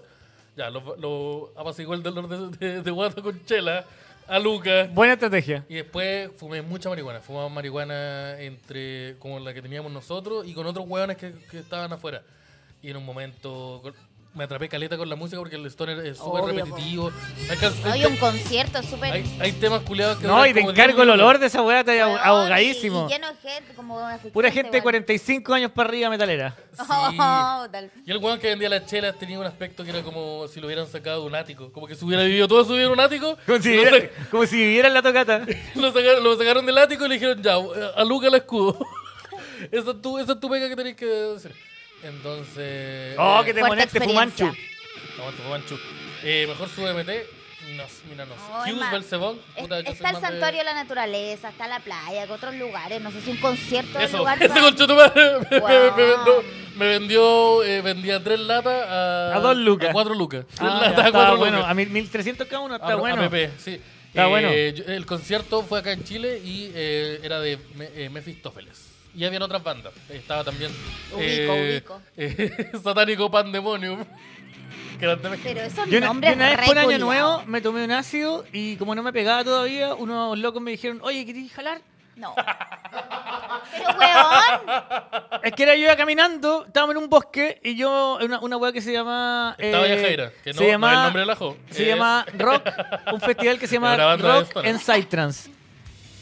Speaker 1: Ya, lo, lo apaciguó el dolor de, de- de guata con chela a Lucas.
Speaker 2: Buena estrategia.
Speaker 1: Y después fumé mucha marihuana. Fumaba marihuana entre como la que teníamos nosotros y con otros hueones que, que estaban afuera. Y en un momento con- me atrapé caleta con la música porque el stoner es súper
Speaker 3: Obvio,
Speaker 1: repetitivo. Hay, can- hay
Speaker 3: Hay
Speaker 1: te-
Speaker 3: un concierto súper.
Speaker 1: hay- hay temas culiados que.
Speaker 2: No,
Speaker 1: duran
Speaker 2: y te
Speaker 1: como 10
Speaker 2: encargo el
Speaker 1: minutos.
Speaker 2: olor de esa weá, está
Speaker 3: weón, y-
Speaker 2: ahogadísimo.
Speaker 3: Y lleno de gente, como asfixiante,
Speaker 2: Pura gente de
Speaker 3: weón.
Speaker 2: 45 años para
Speaker 1: *laughs*
Speaker 2: arriba metalera.
Speaker 1: Sí.
Speaker 3: *laughs* Oh, tal.
Speaker 1: Y el hueón que vendía las chelas tenía un aspecto que era como si lo hubieran sacado de un ático. Como que se hubiera vivido todo su vida en un ático.
Speaker 2: Como si,
Speaker 1: y lo,
Speaker 2: viviera- como si vivieran la tocata.
Speaker 1: sac- lo sacaron, lo sacaron del ático y le dijeron, ya, a Luca el escudo. *laughs* esa, es tu, esa es tu pega que tenés que hacer. Entonces.
Speaker 2: Oh,
Speaker 1: eh,
Speaker 2: que te
Speaker 3: Fuerte
Speaker 2: moneste
Speaker 3: experiencia.
Speaker 2: fumanchu.
Speaker 1: Aguanta, Juancho. Eh, mejor su MT. No, sé, mira, no sé.
Speaker 3: No, es
Speaker 1: Hughes,
Speaker 3: más-
Speaker 1: Belzebón,
Speaker 3: Es-
Speaker 1: puta, yo soy
Speaker 3: está el
Speaker 1: más de-
Speaker 3: santuario de la naturaleza, está la playa, que otros lugares, no sé si un concierto de
Speaker 1: Eso,
Speaker 3: lugar.
Speaker 1: ese
Speaker 3: para-
Speaker 1: conchetumare *laughs* me, me- me-
Speaker 3: Wow.
Speaker 1: no, me vendió, eh, vendía tres latas a...
Speaker 2: A dos lucas.
Speaker 1: A cuatro lucas. Tres *laughs*
Speaker 2: Ah,
Speaker 1: latas
Speaker 2: ya,
Speaker 1: a cuatro
Speaker 2: está bueno.
Speaker 1: lucas.
Speaker 2: A mil- 1300 cada uno, está
Speaker 1: A-
Speaker 2: bueno.
Speaker 1: a PP, sí.
Speaker 2: Está
Speaker 1: Eh,
Speaker 2: bueno.
Speaker 1: yo- el concierto fue acá en Chile y eh, era de Me- eh, Mefistófeles. Y habían otras bandas. Estaba también...
Speaker 3: Ubico, ubico.
Speaker 1: *laughs* eh, Satánico Pandemonium. Que eran de México.
Speaker 3: Pero esos
Speaker 2: Yo una,
Speaker 3: nombres
Speaker 2: yo una vez por año
Speaker 3: reculiados.
Speaker 2: nuevo me tomé un ácido y como no me pegaba todavía, unos locos me dijeron, oye, ¿querés jalar?
Speaker 3: No. Pero
Speaker 2: *laughs*
Speaker 3: weón,
Speaker 2: Es que era yo iba caminando, estábamos en un bosque y yo, una, una weá que se llama...
Speaker 1: Estaba
Speaker 2: eh,
Speaker 1: ya Jaira, que no,
Speaker 2: se llama,
Speaker 1: no es el nombre del ajo.
Speaker 2: Se
Speaker 1: es- *laughs*
Speaker 2: llama Rock, un festival que se llama
Speaker 1: Una banda de
Speaker 2: Rock
Speaker 1: stoner.
Speaker 2: en Psytrance,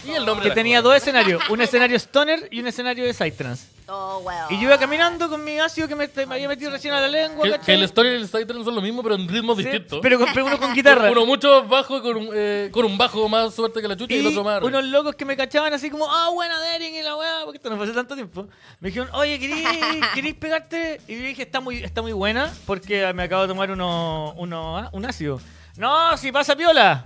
Speaker 1: Y el nombre
Speaker 2: que
Speaker 1: del
Speaker 2: tenía
Speaker 1: ajo.
Speaker 2: dos escenarios, un escenario stoner y un escenario de Psytrance.
Speaker 3: oh, weón.
Speaker 2: Y yo iba caminando con mi ácido que me, me había metido recién a la lengua,
Speaker 1: Que, que
Speaker 2: ¿cachai?
Speaker 1: el story y el sidetrain son lo mismo, pero en ritmos
Speaker 2: Sí,
Speaker 1: distintos.
Speaker 2: Pero compré uno con guitarra.
Speaker 1: *laughs* Uno mucho más bajo, con un, eh, con un bajo más suerte que la chucha y, el
Speaker 2: Y
Speaker 1: otro más. arriba.
Speaker 2: unos locos que me cachaban así como, ah, buena Derek y la weá, porque esto no fue hace tanto tiempo. Me dijeron,
Speaker 1: *laughs*
Speaker 2: oye, ¿querís, querís pegarte? Y yo dije, está muy, está muy buena, porque me acabo de tomar uno, uno, ah, un ácido. No, si pasa piola. Ah.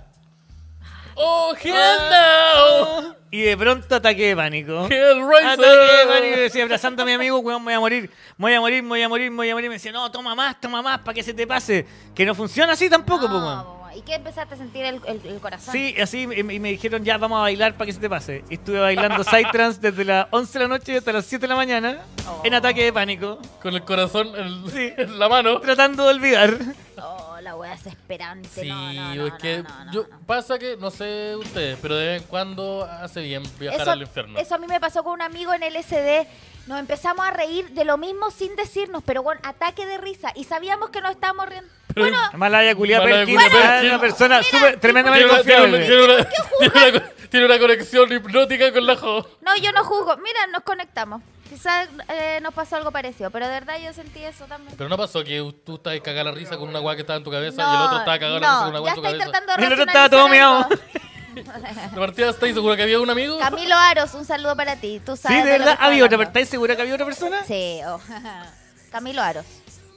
Speaker 1: ¡Oh, hell
Speaker 2: Y de pronto ataque de
Speaker 1: *laughs*
Speaker 2: pánico.
Speaker 1: no! ¡Hell
Speaker 2: Ataque de pánico. Y
Speaker 1: Riser!
Speaker 2: decía, abrazando a mi amigo, weón, me voy a morir, me voy a morir, me voy a morir, me voy a morir. Me decía, no, toma más, toma más, para que se te pase. Que no funciona así tampoco, pues, weón.
Speaker 3: No, Ah, ¿Y qué empezaste a sentir el, el- el corazón?
Speaker 2: Sí, así, y me y me dijeron, ya, vamos a bailar para que se te pase. Y
Speaker 1: *laughs*
Speaker 2: estuve bailando Psytrance desde las 11 de la noche hasta las 7 de la mañana,
Speaker 1: Oh.
Speaker 2: en ataque de pánico,
Speaker 1: Con el corazón en,
Speaker 2: Sí.
Speaker 1: *laughs* en la mano.
Speaker 2: tratando de olvidar.
Speaker 3: Oh, la weá desesperante.
Speaker 1: Sí,
Speaker 3: no, no, no,
Speaker 1: es que
Speaker 3: no, no,
Speaker 1: yo-
Speaker 3: no.
Speaker 1: pasa que, no sé ustedes, pero de vez en cuando hace bien viajar
Speaker 3: Eso,
Speaker 1: al infierno.
Speaker 3: eso a mí me pasó con un amigo en LSD. Nos empezamos a reír de lo mismo sin decirnos, pero bueno, ataque de risa. Y sabíamos que nos estábamos riendo.
Speaker 1: Pero-
Speaker 3: bueno,
Speaker 2: Malaya Culia
Speaker 1: Malaya
Speaker 2: Perkins,
Speaker 1: Culia
Speaker 2: ah,
Speaker 1: Perkins.
Speaker 2: una persona súper tremendamente
Speaker 1: tiene, una, tiene, una,
Speaker 2: confiable.
Speaker 1: tiene, una, *laughs* tiene una co- tiene una conexión hipnótica con la jo.
Speaker 3: no, yo no juzgo. Mira, nos conectamos. Quizás eh, nos pasó algo parecido, pero de verdad yo sentí eso también.
Speaker 1: Pero no pasó que tú estabas cagada la risa con una guay que estaba en tu cabeza y el
Speaker 3: no,
Speaker 1: otro estaba cagado la risa con una
Speaker 3: no, ya
Speaker 1: guay en tu
Speaker 3: estoy
Speaker 1: cabeza.
Speaker 3: tratando de
Speaker 2: Y el otro estaba todo
Speaker 3: racionalizar algo.
Speaker 1: De partida estáis seguro que había un amigo.
Speaker 3: Camilo Aros, un saludo para ti. Tú
Speaker 2: Sí,
Speaker 3: sabes lo
Speaker 2: de
Speaker 3: que
Speaker 2: verdad,
Speaker 3: estoy
Speaker 2: había otra,
Speaker 3: hablando.
Speaker 2: persona. ¿estáis segura que había otra persona?
Speaker 3: Sí, oh, *laughs* Camilo Aros.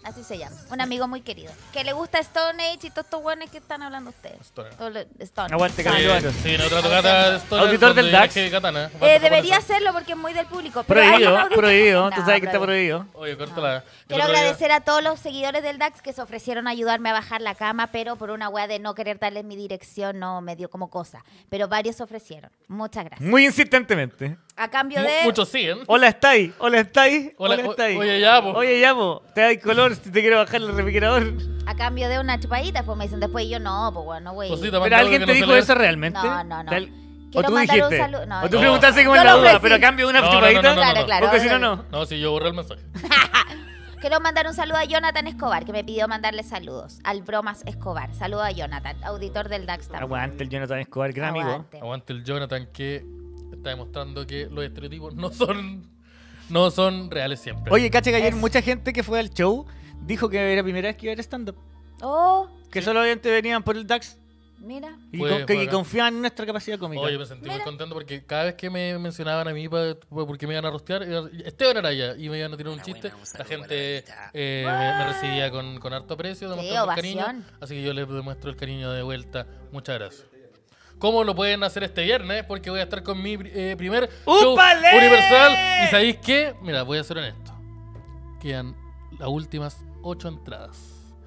Speaker 3: Así se llama. Un amigo muy querido. Que le gusta Stone Age y todos estos guanes que están hablando ustedes.
Speaker 1: Stoner.
Speaker 3: Todo lo- Stone.
Speaker 2: Aguante,
Speaker 1: Sí,
Speaker 2: Camilo Aros.
Speaker 1: sí, en otra tocata Stoner,
Speaker 2: Auditor
Speaker 1: donde
Speaker 2: del
Speaker 1: yo
Speaker 2: DAX.
Speaker 1: dejé katana. Banda
Speaker 3: Eh,
Speaker 1: japonesa.
Speaker 3: debería hacerlo porque es muy del público. pero hay
Speaker 2: Prohibido, ¿eh?
Speaker 3: una-
Speaker 2: prohibido,
Speaker 3: No,
Speaker 2: tú sabes que está
Speaker 3: prohibido.
Speaker 2: prohibido.
Speaker 1: Oye, córtala. El
Speaker 3: Quiero
Speaker 1: otro día-
Speaker 3: agradecer a todos los seguidores del DAX que se ofrecieron a ayudarme a bajar la cama, pero por una weá de no querer darles mi dirección, no me dio como cosa. Pero varios se ofrecieron. Muchas gracias.
Speaker 2: Muy insistentemente.
Speaker 3: A cambio
Speaker 1: Mu-
Speaker 3: de.
Speaker 1: Muchos ¿eh? siguen.
Speaker 2: Hola, ¿estáis? Hola, ¿estáis?
Speaker 1: Hola,
Speaker 2: Hola,
Speaker 1: o-
Speaker 2: ¿estáis?
Speaker 1: oye, ya, po.
Speaker 2: Oye, llamo. Te da el color si te quiero bajar el refrigerador.
Speaker 3: A cambio de una chupadita, pues me dicen después y yo no, pues weón, no, güey.
Speaker 1: Cosita, manda
Speaker 2: Pero
Speaker 1: algo
Speaker 2: alguien
Speaker 1: que
Speaker 2: te
Speaker 1: no
Speaker 2: dijo
Speaker 1: salió.
Speaker 2: eso realmente.
Speaker 3: No, no, no.
Speaker 2: Tal-
Speaker 3: Que Quiero
Speaker 2: o tú
Speaker 3: mandar un
Speaker 2: dijiste.
Speaker 3: saludo. No,
Speaker 2: o tú
Speaker 3: yo-
Speaker 2: preguntaste como
Speaker 3: yo
Speaker 2: en la
Speaker 3: lo
Speaker 2: duda,
Speaker 3: ofrecí.
Speaker 2: pero a cambio de una
Speaker 1: No, no, no,
Speaker 2: chupadita.
Speaker 1: no, no, no, no.
Speaker 3: Claro,
Speaker 2: Porque si no,
Speaker 3: claro.
Speaker 2: no.
Speaker 1: No, sí, yo borré el mensaje.
Speaker 3: Quiero mandar un saludo a Jonathan Escobar, que me pidió mandarle saludos. Al Bromas Escobar. Saludo a Jonathan, auditor del DAX también.
Speaker 2: Aguante el Jonathan Escobar, Ah, gran amigo. Ah,
Speaker 3: Aguante.
Speaker 1: Aguante el Jonathan que está demostrando que los estereotipos no son, no son reales siempre.
Speaker 2: Oye, cacha que ayer
Speaker 3: Eso.
Speaker 2: mucha gente que fue al show dijo que era la primera vez que iba a ver stand-up.
Speaker 3: Oh,
Speaker 2: Que solamente venían por el DAX
Speaker 3: mira.
Speaker 2: y,
Speaker 1: Fue-
Speaker 2: con- que,
Speaker 1: fue
Speaker 2: y
Speaker 1: acá.
Speaker 2: confiaban en nuestra capacidad cómica.
Speaker 1: Oye, me sentí muy
Speaker 3: Mira.
Speaker 1: contento porque cada vez que me mencionaban a mí pa- pa- porque me iban a rostear, era Esteban Araya, y me iban a tirar un chiste, la gente eh, me, me recibía con, con harto aprecio, demostrando el cariño.
Speaker 3: ovación.
Speaker 1: Así que yo les demuestro el cariño de vuelta. Muchas gracias. ¿Cómo lo pueden hacer este viernes? Porque voy a estar con mi eh, primer show
Speaker 2: ¡Úpale!
Speaker 1: universal. ¿Y sabéis qué? Mira, voy a ser honesto. Quedan las últimas ocho entradas.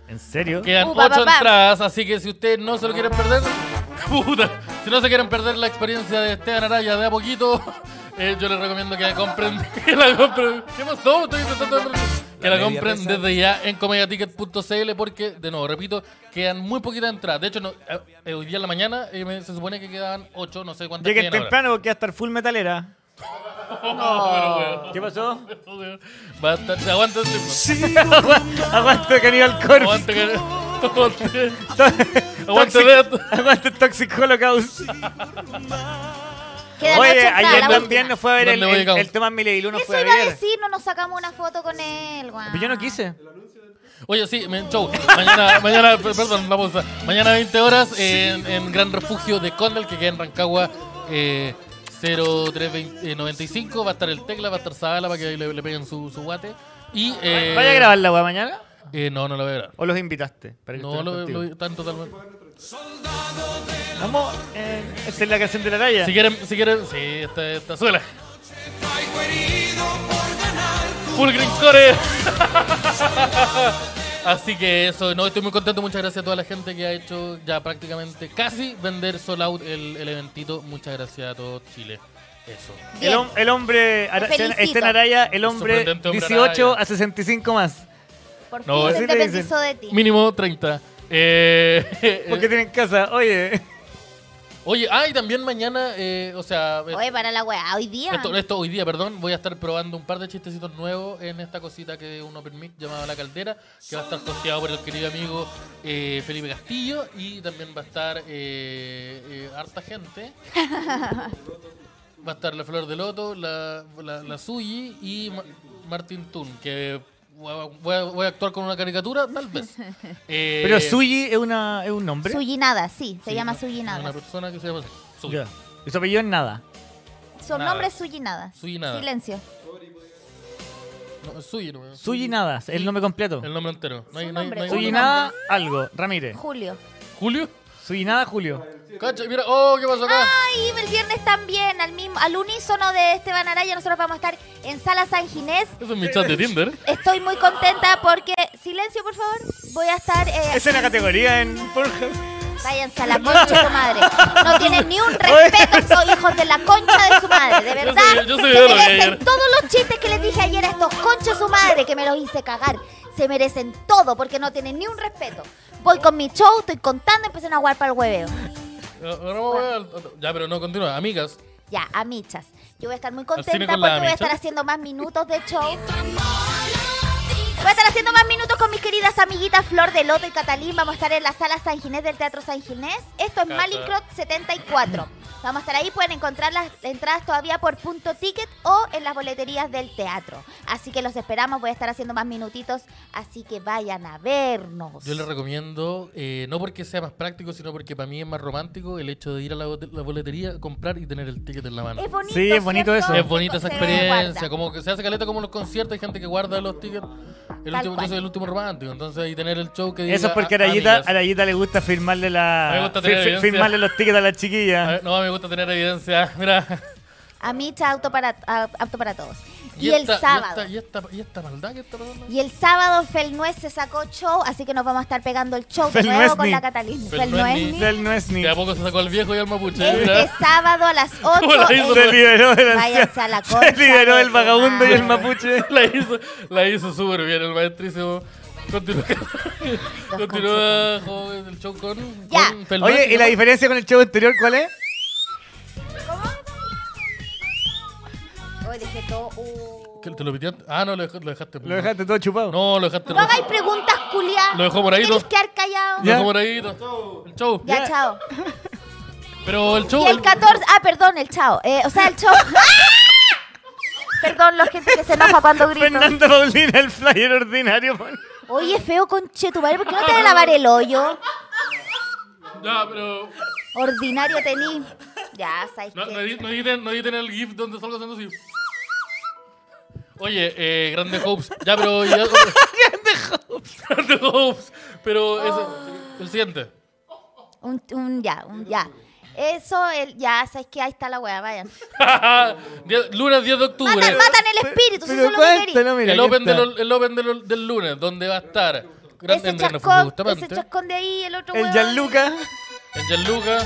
Speaker 2: ¿En serio?
Speaker 1: Quedan
Speaker 3: Upa,
Speaker 1: ocho
Speaker 3: papá.
Speaker 1: entradas, así que si ustedes no se lo quieren perder, *laughs* puta, si no se quieren perder la experiencia de Esteban Araya de a poquito, *laughs* eh, yo les recomiendo que la compren, *laughs* que la compren. ¿Qué pasó? Estoy intentando entender. que la,
Speaker 4: media
Speaker 1: compren
Speaker 4: pesa.
Speaker 1: desde ya en comediaticket.cl porque, de nuevo, repito, quedan muy poquitas entradas. De hecho, no, eh, eh, hoy día en la mañana eh, me- se supone que quedaban ocho, no sé cuántas
Speaker 2: Lleguen
Speaker 1: quedan ahora.
Speaker 2: temprano porque va a estar full metalera.
Speaker 3: No.
Speaker 2: ¿Qué pasó?
Speaker 1: *laughs* Va a estar- aguanta el ritmo.
Speaker 2: *laughs* Aguante Caníbal Corpse.
Speaker 1: Aguante, *laughs* que- aguante. Aguante, Death.
Speaker 2: *laughs* Aguante Toxic Holocaust.
Speaker 3: Quedan ocho
Speaker 2: Oye,
Speaker 3: entradas,
Speaker 2: ayer
Speaker 3: la
Speaker 2: también
Speaker 3: última.
Speaker 2: nos fue a ver el,
Speaker 1: ¿Dónde voy,
Speaker 2: el,
Speaker 1: Gabo?
Speaker 2: el Tomás Milevilu, nos
Speaker 3: Eso
Speaker 2: fue a
Speaker 3: iba a
Speaker 2: ver.
Speaker 3: decir, no nos sacamos una foto con él, guau.
Speaker 2: Pero yo no quise.
Speaker 1: Oye, sí, men, show. Mañana, mañana, per- perdón, la pausa. Mañana 20 horas en, en Gran Refugio de Condel, que queda en Rancagua eh, 0395. Va a estar el Tecla, va a estar Zabala para que ahí le, le peguen su, su guate. Y, eh,
Speaker 2: ¿Vaya a grabar la weá mañana?
Speaker 1: Eh, no, no lo voy a grabar.
Speaker 2: ¿O los invitaste? Para que
Speaker 1: No,
Speaker 2: estuvieran
Speaker 1: lo,
Speaker 2: contigo?
Speaker 1: lo están totalmente.
Speaker 2: Vamos, eh, esta es la canción de la talla.
Speaker 1: Si quieren, si quieren, sí, este, esta, esta suela. Full Green Core. *laughs* Así que eso, no, estoy muy contento. Muchas gracias a toda la gente que ha hecho ya prácticamente casi vender sold out el, el eventito. Muchas gracias a todo Chile. Eso.
Speaker 2: El, hom- el hombre, Ara-
Speaker 3: Te felicito.
Speaker 2: Estén Araya, el hombre
Speaker 1: Sorprendente hombre
Speaker 2: 18
Speaker 1: Araya.
Speaker 2: a 65 más.
Speaker 3: Por fin
Speaker 1: No,
Speaker 3: se
Speaker 2: así le
Speaker 3: independizó de ti.
Speaker 1: Mínimo 30. Eh, *laughs*
Speaker 2: Porque tienen casa, oye.
Speaker 1: oye, ah, y también mañana, eh, o sea, eh,
Speaker 3: Oye, para la weá, hoy día.
Speaker 1: Esto, esto hoy día, perdón, voy a estar probando un par de chistecitos nuevos en esta cosita que es un Open Mic llamado La Caldera, que va a estar costeado por el querido amigo eh, Felipe Castillo y también va a estar eh, eh,
Speaker 3: *laughs*
Speaker 1: harta gente. Va a estar la Flor de Loto, la, la, la Suyi y Ma- Martin Tun, que voy a, voy a- voy a actuar con una caricatura, tal vez.
Speaker 3: *laughs*
Speaker 1: Eh,
Speaker 2: Pero Suyi es, una, es un nombre.
Speaker 3: Suyinada, sí, se
Speaker 1: sí,
Speaker 3: llama
Speaker 1: una- Una
Speaker 3: Suyinada.
Speaker 1: persona que se llama Suyi.
Speaker 2: Ya. Y su apellido es nada.
Speaker 3: Su
Speaker 1: nada.
Speaker 3: nombre es Suyinada.
Speaker 1: Suyinada.
Speaker 3: Silencio.
Speaker 1: No, Suyi, no,
Speaker 2: Suyi nada, es el nombre completo.
Speaker 1: El nombre entero. No hay-
Speaker 3: Su
Speaker 1: no hay-
Speaker 3: nombre,
Speaker 1: no hay-
Speaker 3: su
Speaker 2: Suyi nada, algo, Ramírez.
Speaker 3: Julio.
Speaker 1: Julio.
Speaker 2: Suyi nada, Julio.
Speaker 1: Cacha, mira, oh, ¿qué pasó acá?
Speaker 3: Ay, el viernes también, al, mismo, al unísono de Esteban Araya, nosotros vamos a estar en Sala San Ginés.
Speaker 1: Eso es mi chat de *laughs* Tinder.
Speaker 3: Estoy muy contenta porque. Silencio, por favor. Voy a estar. eh,
Speaker 2: Esa es la categoría en Pornhub.
Speaker 3: Váyanse a la concha de su madre. No tienen ni un respeto, son hijos de la concha de su madre. De verdad,
Speaker 1: sé- yo sé
Speaker 3: se
Speaker 1: de lo que
Speaker 3: merecen
Speaker 1: ayer.
Speaker 3: todos los chistes que les dije ayer a estos conchos de su madre que me los hice cagar. Se merecen todo porque no tienen ni un respeto. Voy con mi show, estoy contando, empiezan a jugar para el hueveo.
Speaker 1: Ahora vamos a ver al- Ya, pero no, continúa. Amigas,
Speaker 3: Ya, a michas. Yo voy a estar muy
Speaker 1: cine
Speaker 3: contenta
Speaker 1: con
Speaker 3: porque voy
Speaker 1: la
Speaker 3: a
Speaker 1: Micha.
Speaker 3: estar haciendo más minutos de show. Voy a estar haciendo más minutos con mis queridas amiguitas Flor de Loto y Catalín. Vamos a estar en la sala San Ginés del Teatro San Ginés. Esto es
Speaker 1: Cacha.
Speaker 3: Malincrot 74. Vamos a estar ahí, pueden encontrar las entradas todavía por punto ticket o en las boleterías del teatro. Así que los esperamos, voy a estar haciendo más minutitos, así que vayan a vernos.
Speaker 1: yo les recomiendo, eh, no porque sea más práctico, sino porque para mí es más romántico el hecho de ir a la, bote- la boletería, comprar y tener el ticket en la mano.
Speaker 3: Es bonito,
Speaker 2: Sí, es bonito
Speaker 3: ¿cierto?
Speaker 2: eso.
Speaker 1: Es bonita esa
Speaker 3: Se guarda.
Speaker 1: experiencia, como que se hace caleta como en los conciertos, hay gente que guarda los tickets. El
Speaker 3: Tal
Speaker 1: último, yo
Speaker 3: cual.
Speaker 1: soy el último romántico, entonces ahí tener el show que diga,
Speaker 2: Eso es porque a
Speaker 1: "Ah,
Speaker 2: Arayita,
Speaker 1: amigas".
Speaker 2: a Arayita le gusta firmarle
Speaker 1: Me
Speaker 2: la
Speaker 1: gusta tener evidencia.
Speaker 2: firmarle los tickets a la
Speaker 1: A
Speaker 2: chiquilla.
Speaker 1: ver, No, me gusta tener evidencia. *laughs* Mira.
Speaker 3: A Micha, auto para, a- apto para todos. Y, el
Speaker 1: esta-
Speaker 3: sábado.
Speaker 1: Y esta, y esta, y esta maldad que está pasando.
Speaker 3: Y el sábado Felnuez se sacó show, así que nos vamos a estar pegando el show
Speaker 2: Felnuezni.
Speaker 3: nuevo con la Catalina.
Speaker 1: Felnuezni.
Speaker 3: Felnuezni.
Speaker 2: Del no es ni.
Speaker 1: De a poco se sacó el viejo y el mapuche.
Speaker 3: Este
Speaker 1: mira.
Speaker 3: sábado a las
Speaker 1: ¿Cómo la
Speaker 3: 8.
Speaker 1: hizo?
Speaker 2: Se liberó del
Speaker 3: Váyanse a la
Speaker 2: anciano. *laughs* Se
Speaker 3: concha
Speaker 2: liberó
Speaker 3: de
Speaker 2: el
Speaker 3: tu
Speaker 2: vagabundo y el
Speaker 3: madre.
Speaker 2: mapuche.
Speaker 1: La hizo, la hizo súper bien el maestrísimo. Continúa, continúa joven, el show con,
Speaker 3: Ya.
Speaker 1: con Pelmán,
Speaker 2: Oye,
Speaker 1: ¿se
Speaker 2: ¿y la
Speaker 1: llama?
Speaker 2: diferencia con el show anterior cuál es?
Speaker 3: Hoy dejé todo. uh.
Speaker 1: ¿Qué, ¿Te lo piteaste? Ah, no, lo dej- lo dejaste.
Speaker 2: Lo dejaste todo chupado.
Speaker 1: No, lo dejaste.
Speaker 3: No hagáis preguntas, culiadas.
Speaker 1: Lo dejó por ahí,
Speaker 3: Tienes
Speaker 1: ¿no?
Speaker 3: que haber callado.
Speaker 1: Lo
Speaker 2: Ya.
Speaker 1: dejó por ahí. no. El show.
Speaker 3: Ya, chao.
Speaker 1: Pero el show.
Speaker 3: Y el 14. Ah, perdón, el chao. Eh, o sea, el
Speaker 2: *laughs*
Speaker 3: chao. *laughs* perdón, la gente que se enoja cuando grito.
Speaker 2: *laughs* Fernando Paulina, el flyer ordinario. pon.
Speaker 3: Oye, feo conche tu madre, ¿por qué no te de lavar el hoyo?
Speaker 1: Ya, pero.
Speaker 3: Ordinario tení. Ya, sabes
Speaker 1: No,
Speaker 3: qué?
Speaker 1: no, editen- no, editen, no editen el GIF donde salgo haciendo así. Oye, eh, Grande Hopes. Ya, pero.
Speaker 2: *laughs*
Speaker 1: Ya, grande Hopes. grande Hopes. Pero ese- el siguiente. *laughs*
Speaker 3: Un, un ya, un ya. Eso, el, ya, sabes que ahí está la weá, vayan.
Speaker 1: Die- lunes 10 de octubre.
Speaker 3: Matan, matan el espíritu, si eso es lo que querí.
Speaker 2: cuéntalo, mira,
Speaker 1: el,
Speaker 2: aquí
Speaker 1: open
Speaker 2: está.
Speaker 1: del, el open del, del lunes, donde va a estar.
Speaker 3: Ese
Speaker 1: Grande Andrés
Speaker 3: chascón,
Speaker 1: Bustamante,
Speaker 3: ese chascón de ahí, el otro
Speaker 2: El
Speaker 3: weón.
Speaker 2: Gianluca.
Speaker 1: el Gianluca,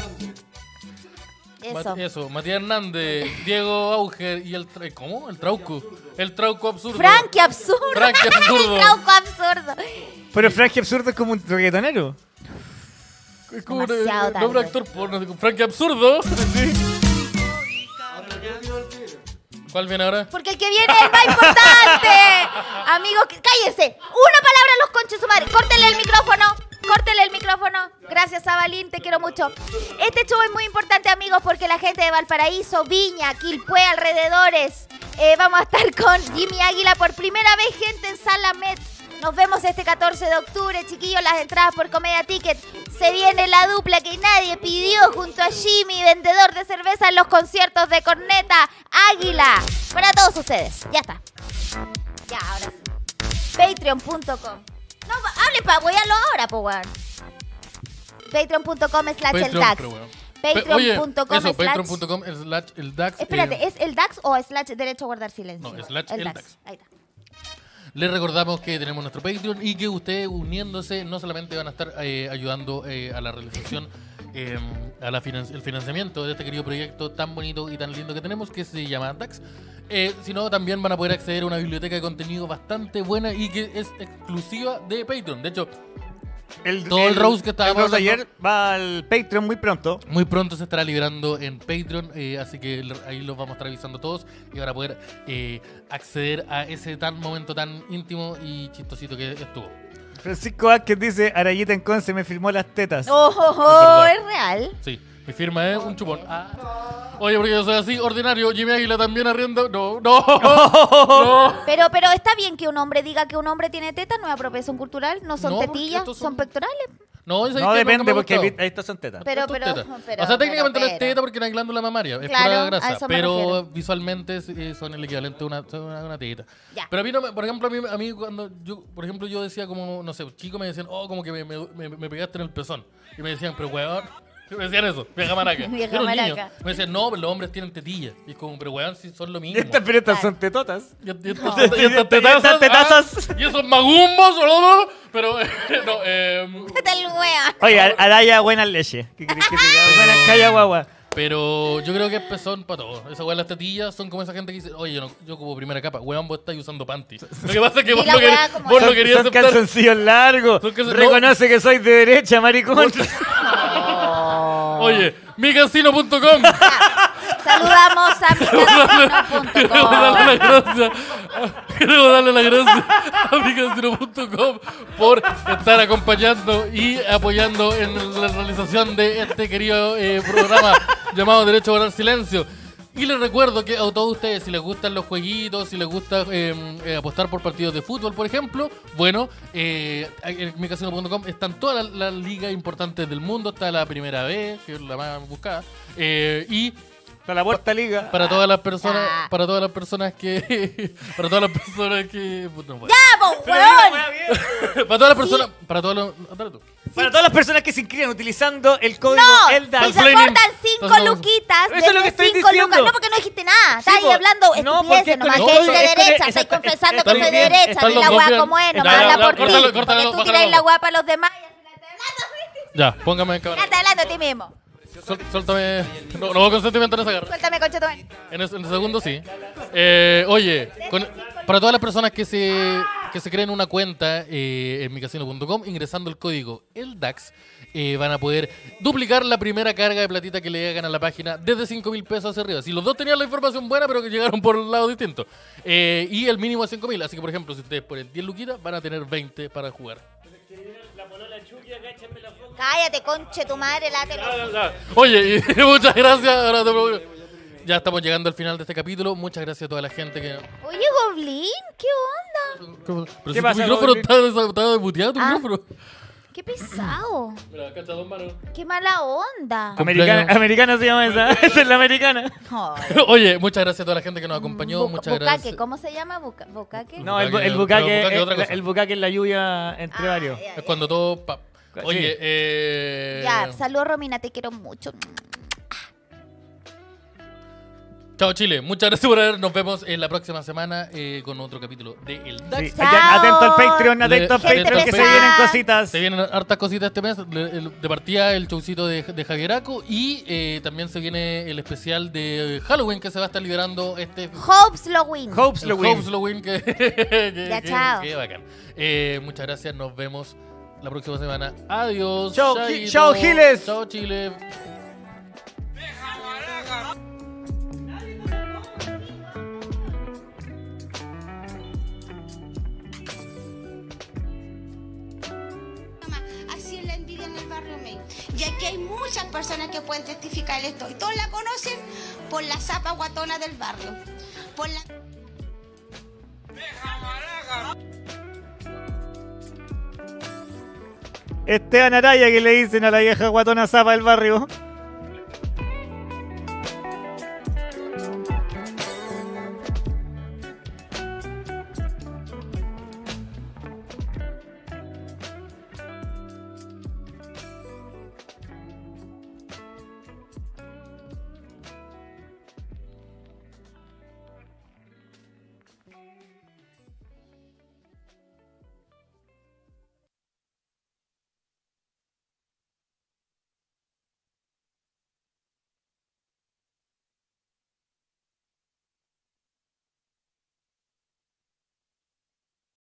Speaker 3: Eso.
Speaker 1: Mat- eso, Matías Hernández, Diego Auger y el. tra- ¿Cómo? El Trauco. El Trauco absurdo.
Speaker 3: Frank, qué absurdo.
Speaker 1: Frank,
Speaker 3: *laughs*
Speaker 1: qué absurdo.
Speaker 3: Trauco absurdo.
Speaker 2: Pero Frankie Absurdo es como un reggaetonero.
Speaker 1: Es como un-
Speaker 3: Demasiado
Speaker 1: nombre de
Speaker 3: tarde.
Speaker 1: actor porno, así como, Frankie Absurdo. *laughs* ¿Cuál viene ahora?
Speaker 3: Porque el que viene es el más importante. Amigos, que- cállense. Una palabra a los conches su madre. Córtenle el micrófono. Córtenle el micrófono. Gracias, Avalín. Te quiero mucho. Este show es muy importante, amigos, porque la gente de Valparaíso, Viña, Quilpué, alrededores. eh, vamos a estar con Jimmy Águila por primera vez, gente, en Sala Met. Nos vemos este 14 de octubre, chiquillos. Las entradas por Comedia Ticket. Se viene la dupla que nadie pidió junto a Jimmy, vendedor de cerveza en los conciertos de Corneta Águila. Para todos ustedes. Ya está. Ya, ahora sí. Patreon.com. No, va- hable para wearlo ahora, po, weón. Patreon.com slash el
Speaker 1: Patreon,
Speaker 3: DAX.
Speaker 1: pero bueno. Pe- oye,
Speaker 3: Patreon.com
Speaker 1: eso,
Speaker 3: slash.
Speaker 1: Patreon.com slash el DAX.
Speaker 3: Espérate,
Speaker 1: eh,
Speaker 3: ¿es el DAX o slash derecho a guardar silencio?
Speaker 1: No, slash el DAX.
Speaker 3: Ahí está.
Speaker 1: Les recordamos que tenemos nuestro Patreon y que ustedes uniéndose no solamente van a estar eh, ayudando eh, a la realización, eh, a la finan- el financiamiento de este querido proyecto tan bonito y tan lindo que tenemos que se llama DAX, eh, sino también van a poder acceder a una biblioteca de contenido bastante buena y que es exclusiva de Patreon. De hecho, Todo el roast que estábamos
Speaker 2: el roast de
Speaker 1: hablando.
Speaker 2: ayer va al Patreon muy pronto.
Speaker 1: Muy pronto se estará liberando en Patreon, eh, así que l- ahí los vamos a estar avisando todos y van a poder eh, acceder a ese tan momento tan íntimo y chistosito que estuvo.
Speaker 2: Francisco Vázquez dice, Arayita en Conce me firmó las tetas.
Speaker 3: Oh, oh, oh, es real.
Speaker 1: Sí, mi firma es un chupón. Ah. Oye, porque yo soy así, ordinario, Jimmy Águila también arrienda. No, no,
Speaker 2: *laughs*
Speaker 1: no.
Speaker 3: Pero, pero está bien que un hombre diga que un hombre tiene teta, no es apropiación cultural, no son
Speaker 1: No, porque
Speaker 3: tetillas, son...
Speaker 1: estos son-
Speaker 3: pectorales.
Speaker 1: No,
Speaker 2: No, depende, porque vi- ahí estas son tetas.
Speaker 3: *laughs* Pero- pero-
Speaker 1: o sea,
Speaker 3: pero-
Speaker 1: técnicamente no es
Speaker 3: pero. *laughs*
Speaker 1: teta porque no hay glándula mamaria, es
Speaker 3: Claro,
Speaker 1: pura
Speaker 3: a
Speaker 1: grasa,
Speaker 3: eso me
Speaker 1: pero
Speaker 3: refiero.
Speaker 1: visualmente es- eh, son el equivalente a una, son una, una teta.
Speaker 3: Ya.
Speaker 1: Pero a mí, no me- por ejemplo, a mí, a mí cuando yo, por ejemplo, yo decía como, no sé, chicos me decían, oh, como que me, me- me- me pegaste en el pezón. Y me decían, pero weón, *laughs* me decían eso, vieja maraca.
Speaker 3: *laughs* Vieja
Speaker 1: Yo era un niño.
Speaker 3: maraca.
Speaker 1: Me decían, no, pero los hombres tienen tetillas. Y es como, pero weón, si son lo mismo.
Speaker 2: Estas pero estas son tetotas.
Speaker 1: Y- y- y- y-
Speaker 2: No.
Speaker 1: tetazas,
Speaker 2: Y- tetazas.
Speaker 1: ah, Y esos magumbos, boludo. Pero, *laughs* eh, no, eh,
Speaker 3: Teta el weón.
Speaker 2: Oye, Ar- Araya, buena leche. ¿Qué querés que te diga? *laughs* Buena calla, guagua.
Speaker 1: Pero yo creo que es pezón para todos. Esas weas las tetillas son como esa gente que dice, oye, yo, no, yo como primera capa, weón, vos estáis usando panty. Lo que pasa es que vos
Speaker 3: la
Speaker 1: no
Speaker 3: wea
Speaker 1: querías,
Speaker 3: como-
Speaker 1: vos no
Speaker 2: Son,
Speaker 1: querías
Speaker 2: son
Speaker 1: aceptar.
Speaker 2: calzoncillos largos.
Speaker 1: Son calzon-
Speaker 2: Reconoce que soy de derecha, maricón.
Speaker 1: Oye, micasino.com.
Speaker 3: Saludamos a mi
Speaker 1: *laughs* Queremos darle las gracias. Queremos darle las gracias a micasino.com por estar acompañando y apoyando en la realización de este querido eh, programa *laughs* llamado Derecho a Guardar Silencio. Y les recuerdo que a todos ustedes, si les gustan los jueguitos, si les gusta eh, eh, apostar por partidos de fútbol, por ejemplo, bueno, eh, en micasino.com están todas las, las ligas importantes del mundo. Está la primera vez, que es la más buscada. eh, y
Speaker 2: *laughs* Para la puerta liga.
Speaker 1: para todas las personas,
Speaker 3: Ah.
Speaker 1: para todas las personas que, *laughs* para todas las personas que, no puedo.
Speaker 3: ¡Vamos, weón!
Speaker 1: *laughs* para todas las personas, para todos los, dale tú.
Speaker 2: Para todas las personas que se inscriban utilizando el código
Speaker 3: No,
Speaker 2: ELDA.
Speaker 3: y se
Speaker 1: Complaining.
Speaker 3: cortan cinco
Speaker 1: Entonces,
Speaker 3: luquitas.
Speaker 2: Eso es lo
Speaker 3: denle
Speaker 2: que estoy
Speaker 3: cinco
Speaker 2: diciendo.
Speaker 3: lucas. No, porque no dijiste nada. Estás ahí
Speaker 2: po.
Speaker 3: hablando
Speaker 2: No,
Speaker 3: estupideces
Speaker 2: porque
Speaker 3: nomás.
Speaker 2: con
Speaker 3: Que soy
Speaker 2: eso-
Speaker 3: de
Speaker 2: es con-
Speaker 3: derecha.
Speaker 2: es-
Speaker 3: Estoy
Speaker 2: es-
Speaker 3: confesando
Speaker 2: está
Speaker 3: que soy de
Speaker 2: bien,
Speaker 3: derecha.
Speaker 1: están
Speaker 3: Di
Speaker 1: los
Speaker 3: la
Speaker 1: dos
Speaker 3: weá
Speaker 1: bien.
Speaker 3: como es
Speaker 1: Ya,
Speaker 3: nomás.
Speaker 1: ya,
Speaker 3: Habla
Speaker 1: ya,
Speaker 3: por ti.
Speaker 1: córtalo, córtalo,
Speaker 3: Porque tú
Speaker 1: córtalo.
Speaker 3: tiráis la weá para los demás. y al final te
Speaker 1: Ya, póngame en
Speaker 3: hablas-
Speaker 1: cámara.
Speaker 3: te hablando a ti mismo.
Speaker 1: Sol- suéltame, no, no hubo consentimiento en esa garra.
Speaker 3: Suéltame, concheto.
Speaker 1: En el, en el segundo sí. Eh, oye, con- para todas las personas que se que se creen una cuenta eh, en micasino.com ingresando el código ELDAX eh, van a poder duplicar la primera carga de platita que le hagan a la página desde 5 mil pesos hacia arriba. Si los dos tenían la información buena, pero que llegaron por un lado distinto. Eh, y el mínimo es 5 mil. Así que, por ejemplo, si ustedes ponen 10 luquitas, van a tener 20 para jugar.
Speaker 3: Cállate, conche, tu madre, látelo.
Speaker 1: Oye, y *laughs* muchas gracias. Ahora te pregunto. Ya estamos llegando al final de este capítulo. Muchas gracias a toda la gente que.
Speaker 3: Oye, Goblin, ¿qué onda?
Speaker 1: Pero si
Speaker 2: pasa,
Speaker 1: tu micrófono
Speaker 2: Rodrigo?
Speaker 1: está, desa- está desmuteado, tu
Speaker 3: Ah.
Speaker 1: micrófono.
Speaker 3: Qué pesado.
Speaker 1: Mira, cacha dos manos.
Speaker 3: Qué mala onda.
Speaker 2: Americana,
Speaker 1: Cumpleaños.
Speaker 2: americana se llama esa. Esa es la americana.
Speaker 3: Ay.
Speaker 1: *laughs* Oye, muchas gracias a toda la gente que nos acompañó.
Speaker 3: Buca-
Speaker 1: muchas
Speaker 3: bucaque,
Speaker 1: gracias.
Speaker 3: ¿cómo se llama? Buca- ¿Bucaque?
Speaker 2: No, el, bu-
Speaker 1: Bucaque,
Speaker 2: el
Speaker 1: pero
Speaker 2: bucaque,
Speaker 1: bucaque es otra
Speaker 2: el,
Speaker 1: cosa.
Speaker 2: el bucaque es la lluvia entre
Speaker 3: Ah,
Speaker 2: varios.
Speaker 3: ya,
Speaker 1: Es
Speaker 3: ya.
Speaker 1: cuando todo. pa-
Speaker 2: Sí.
Speaker 1: Oye, eh.
Speaker 3: Ya, saludos Romina, te quiero mucho.
Speaker 1: Chao, Chile. Muchas gracias por ver. Nos vemos en la próxima semana eh, con otro capítulo de El DAX.
Speaker 2: Sí.
Speaker 3: Chao.
Speaker 2: Allá- Atento al Patreon, atento al
Speaker 1: Gente
Speaker 2: Patreon, que se
Speaker 1: pesada.
Speaker 2: vienen cositas.
Speaker 1: Se vienen hartas cositas este mes. Le- el- De partida el showcito de, de Javieraco y eh, también se viene el especial de Halloween que se va a estar liberando este...
Speaker 3: Hopes Lowin.
Speaker 2: Hopes
Speaker 1: el
Speaker 2: lo win.
Speaker 1: Hopes Halloween que, *laughs* que-
Speaker 3: Ya,
Speaker 1: que-
Speaker 3: chao.
Speaker 1: que bacán. Eh, muchas gracias, nos vemos la próxima semana. Adiós.
Speaker 2: Chao,
Speaker 1: chaito.
Speaker 2: Gi- chao, Giles.
Speaker 1: Chao, Chile.
Speaker 7: Así es la envidia en el barrio May. Y aquí hay muchas personas que pueden testificar esto. Y todos la conocen por la zapa guatona del barrio. Por la...
Speaker 2: Esteban Araya, que le dicen a la vieja guatona zapa del barrio.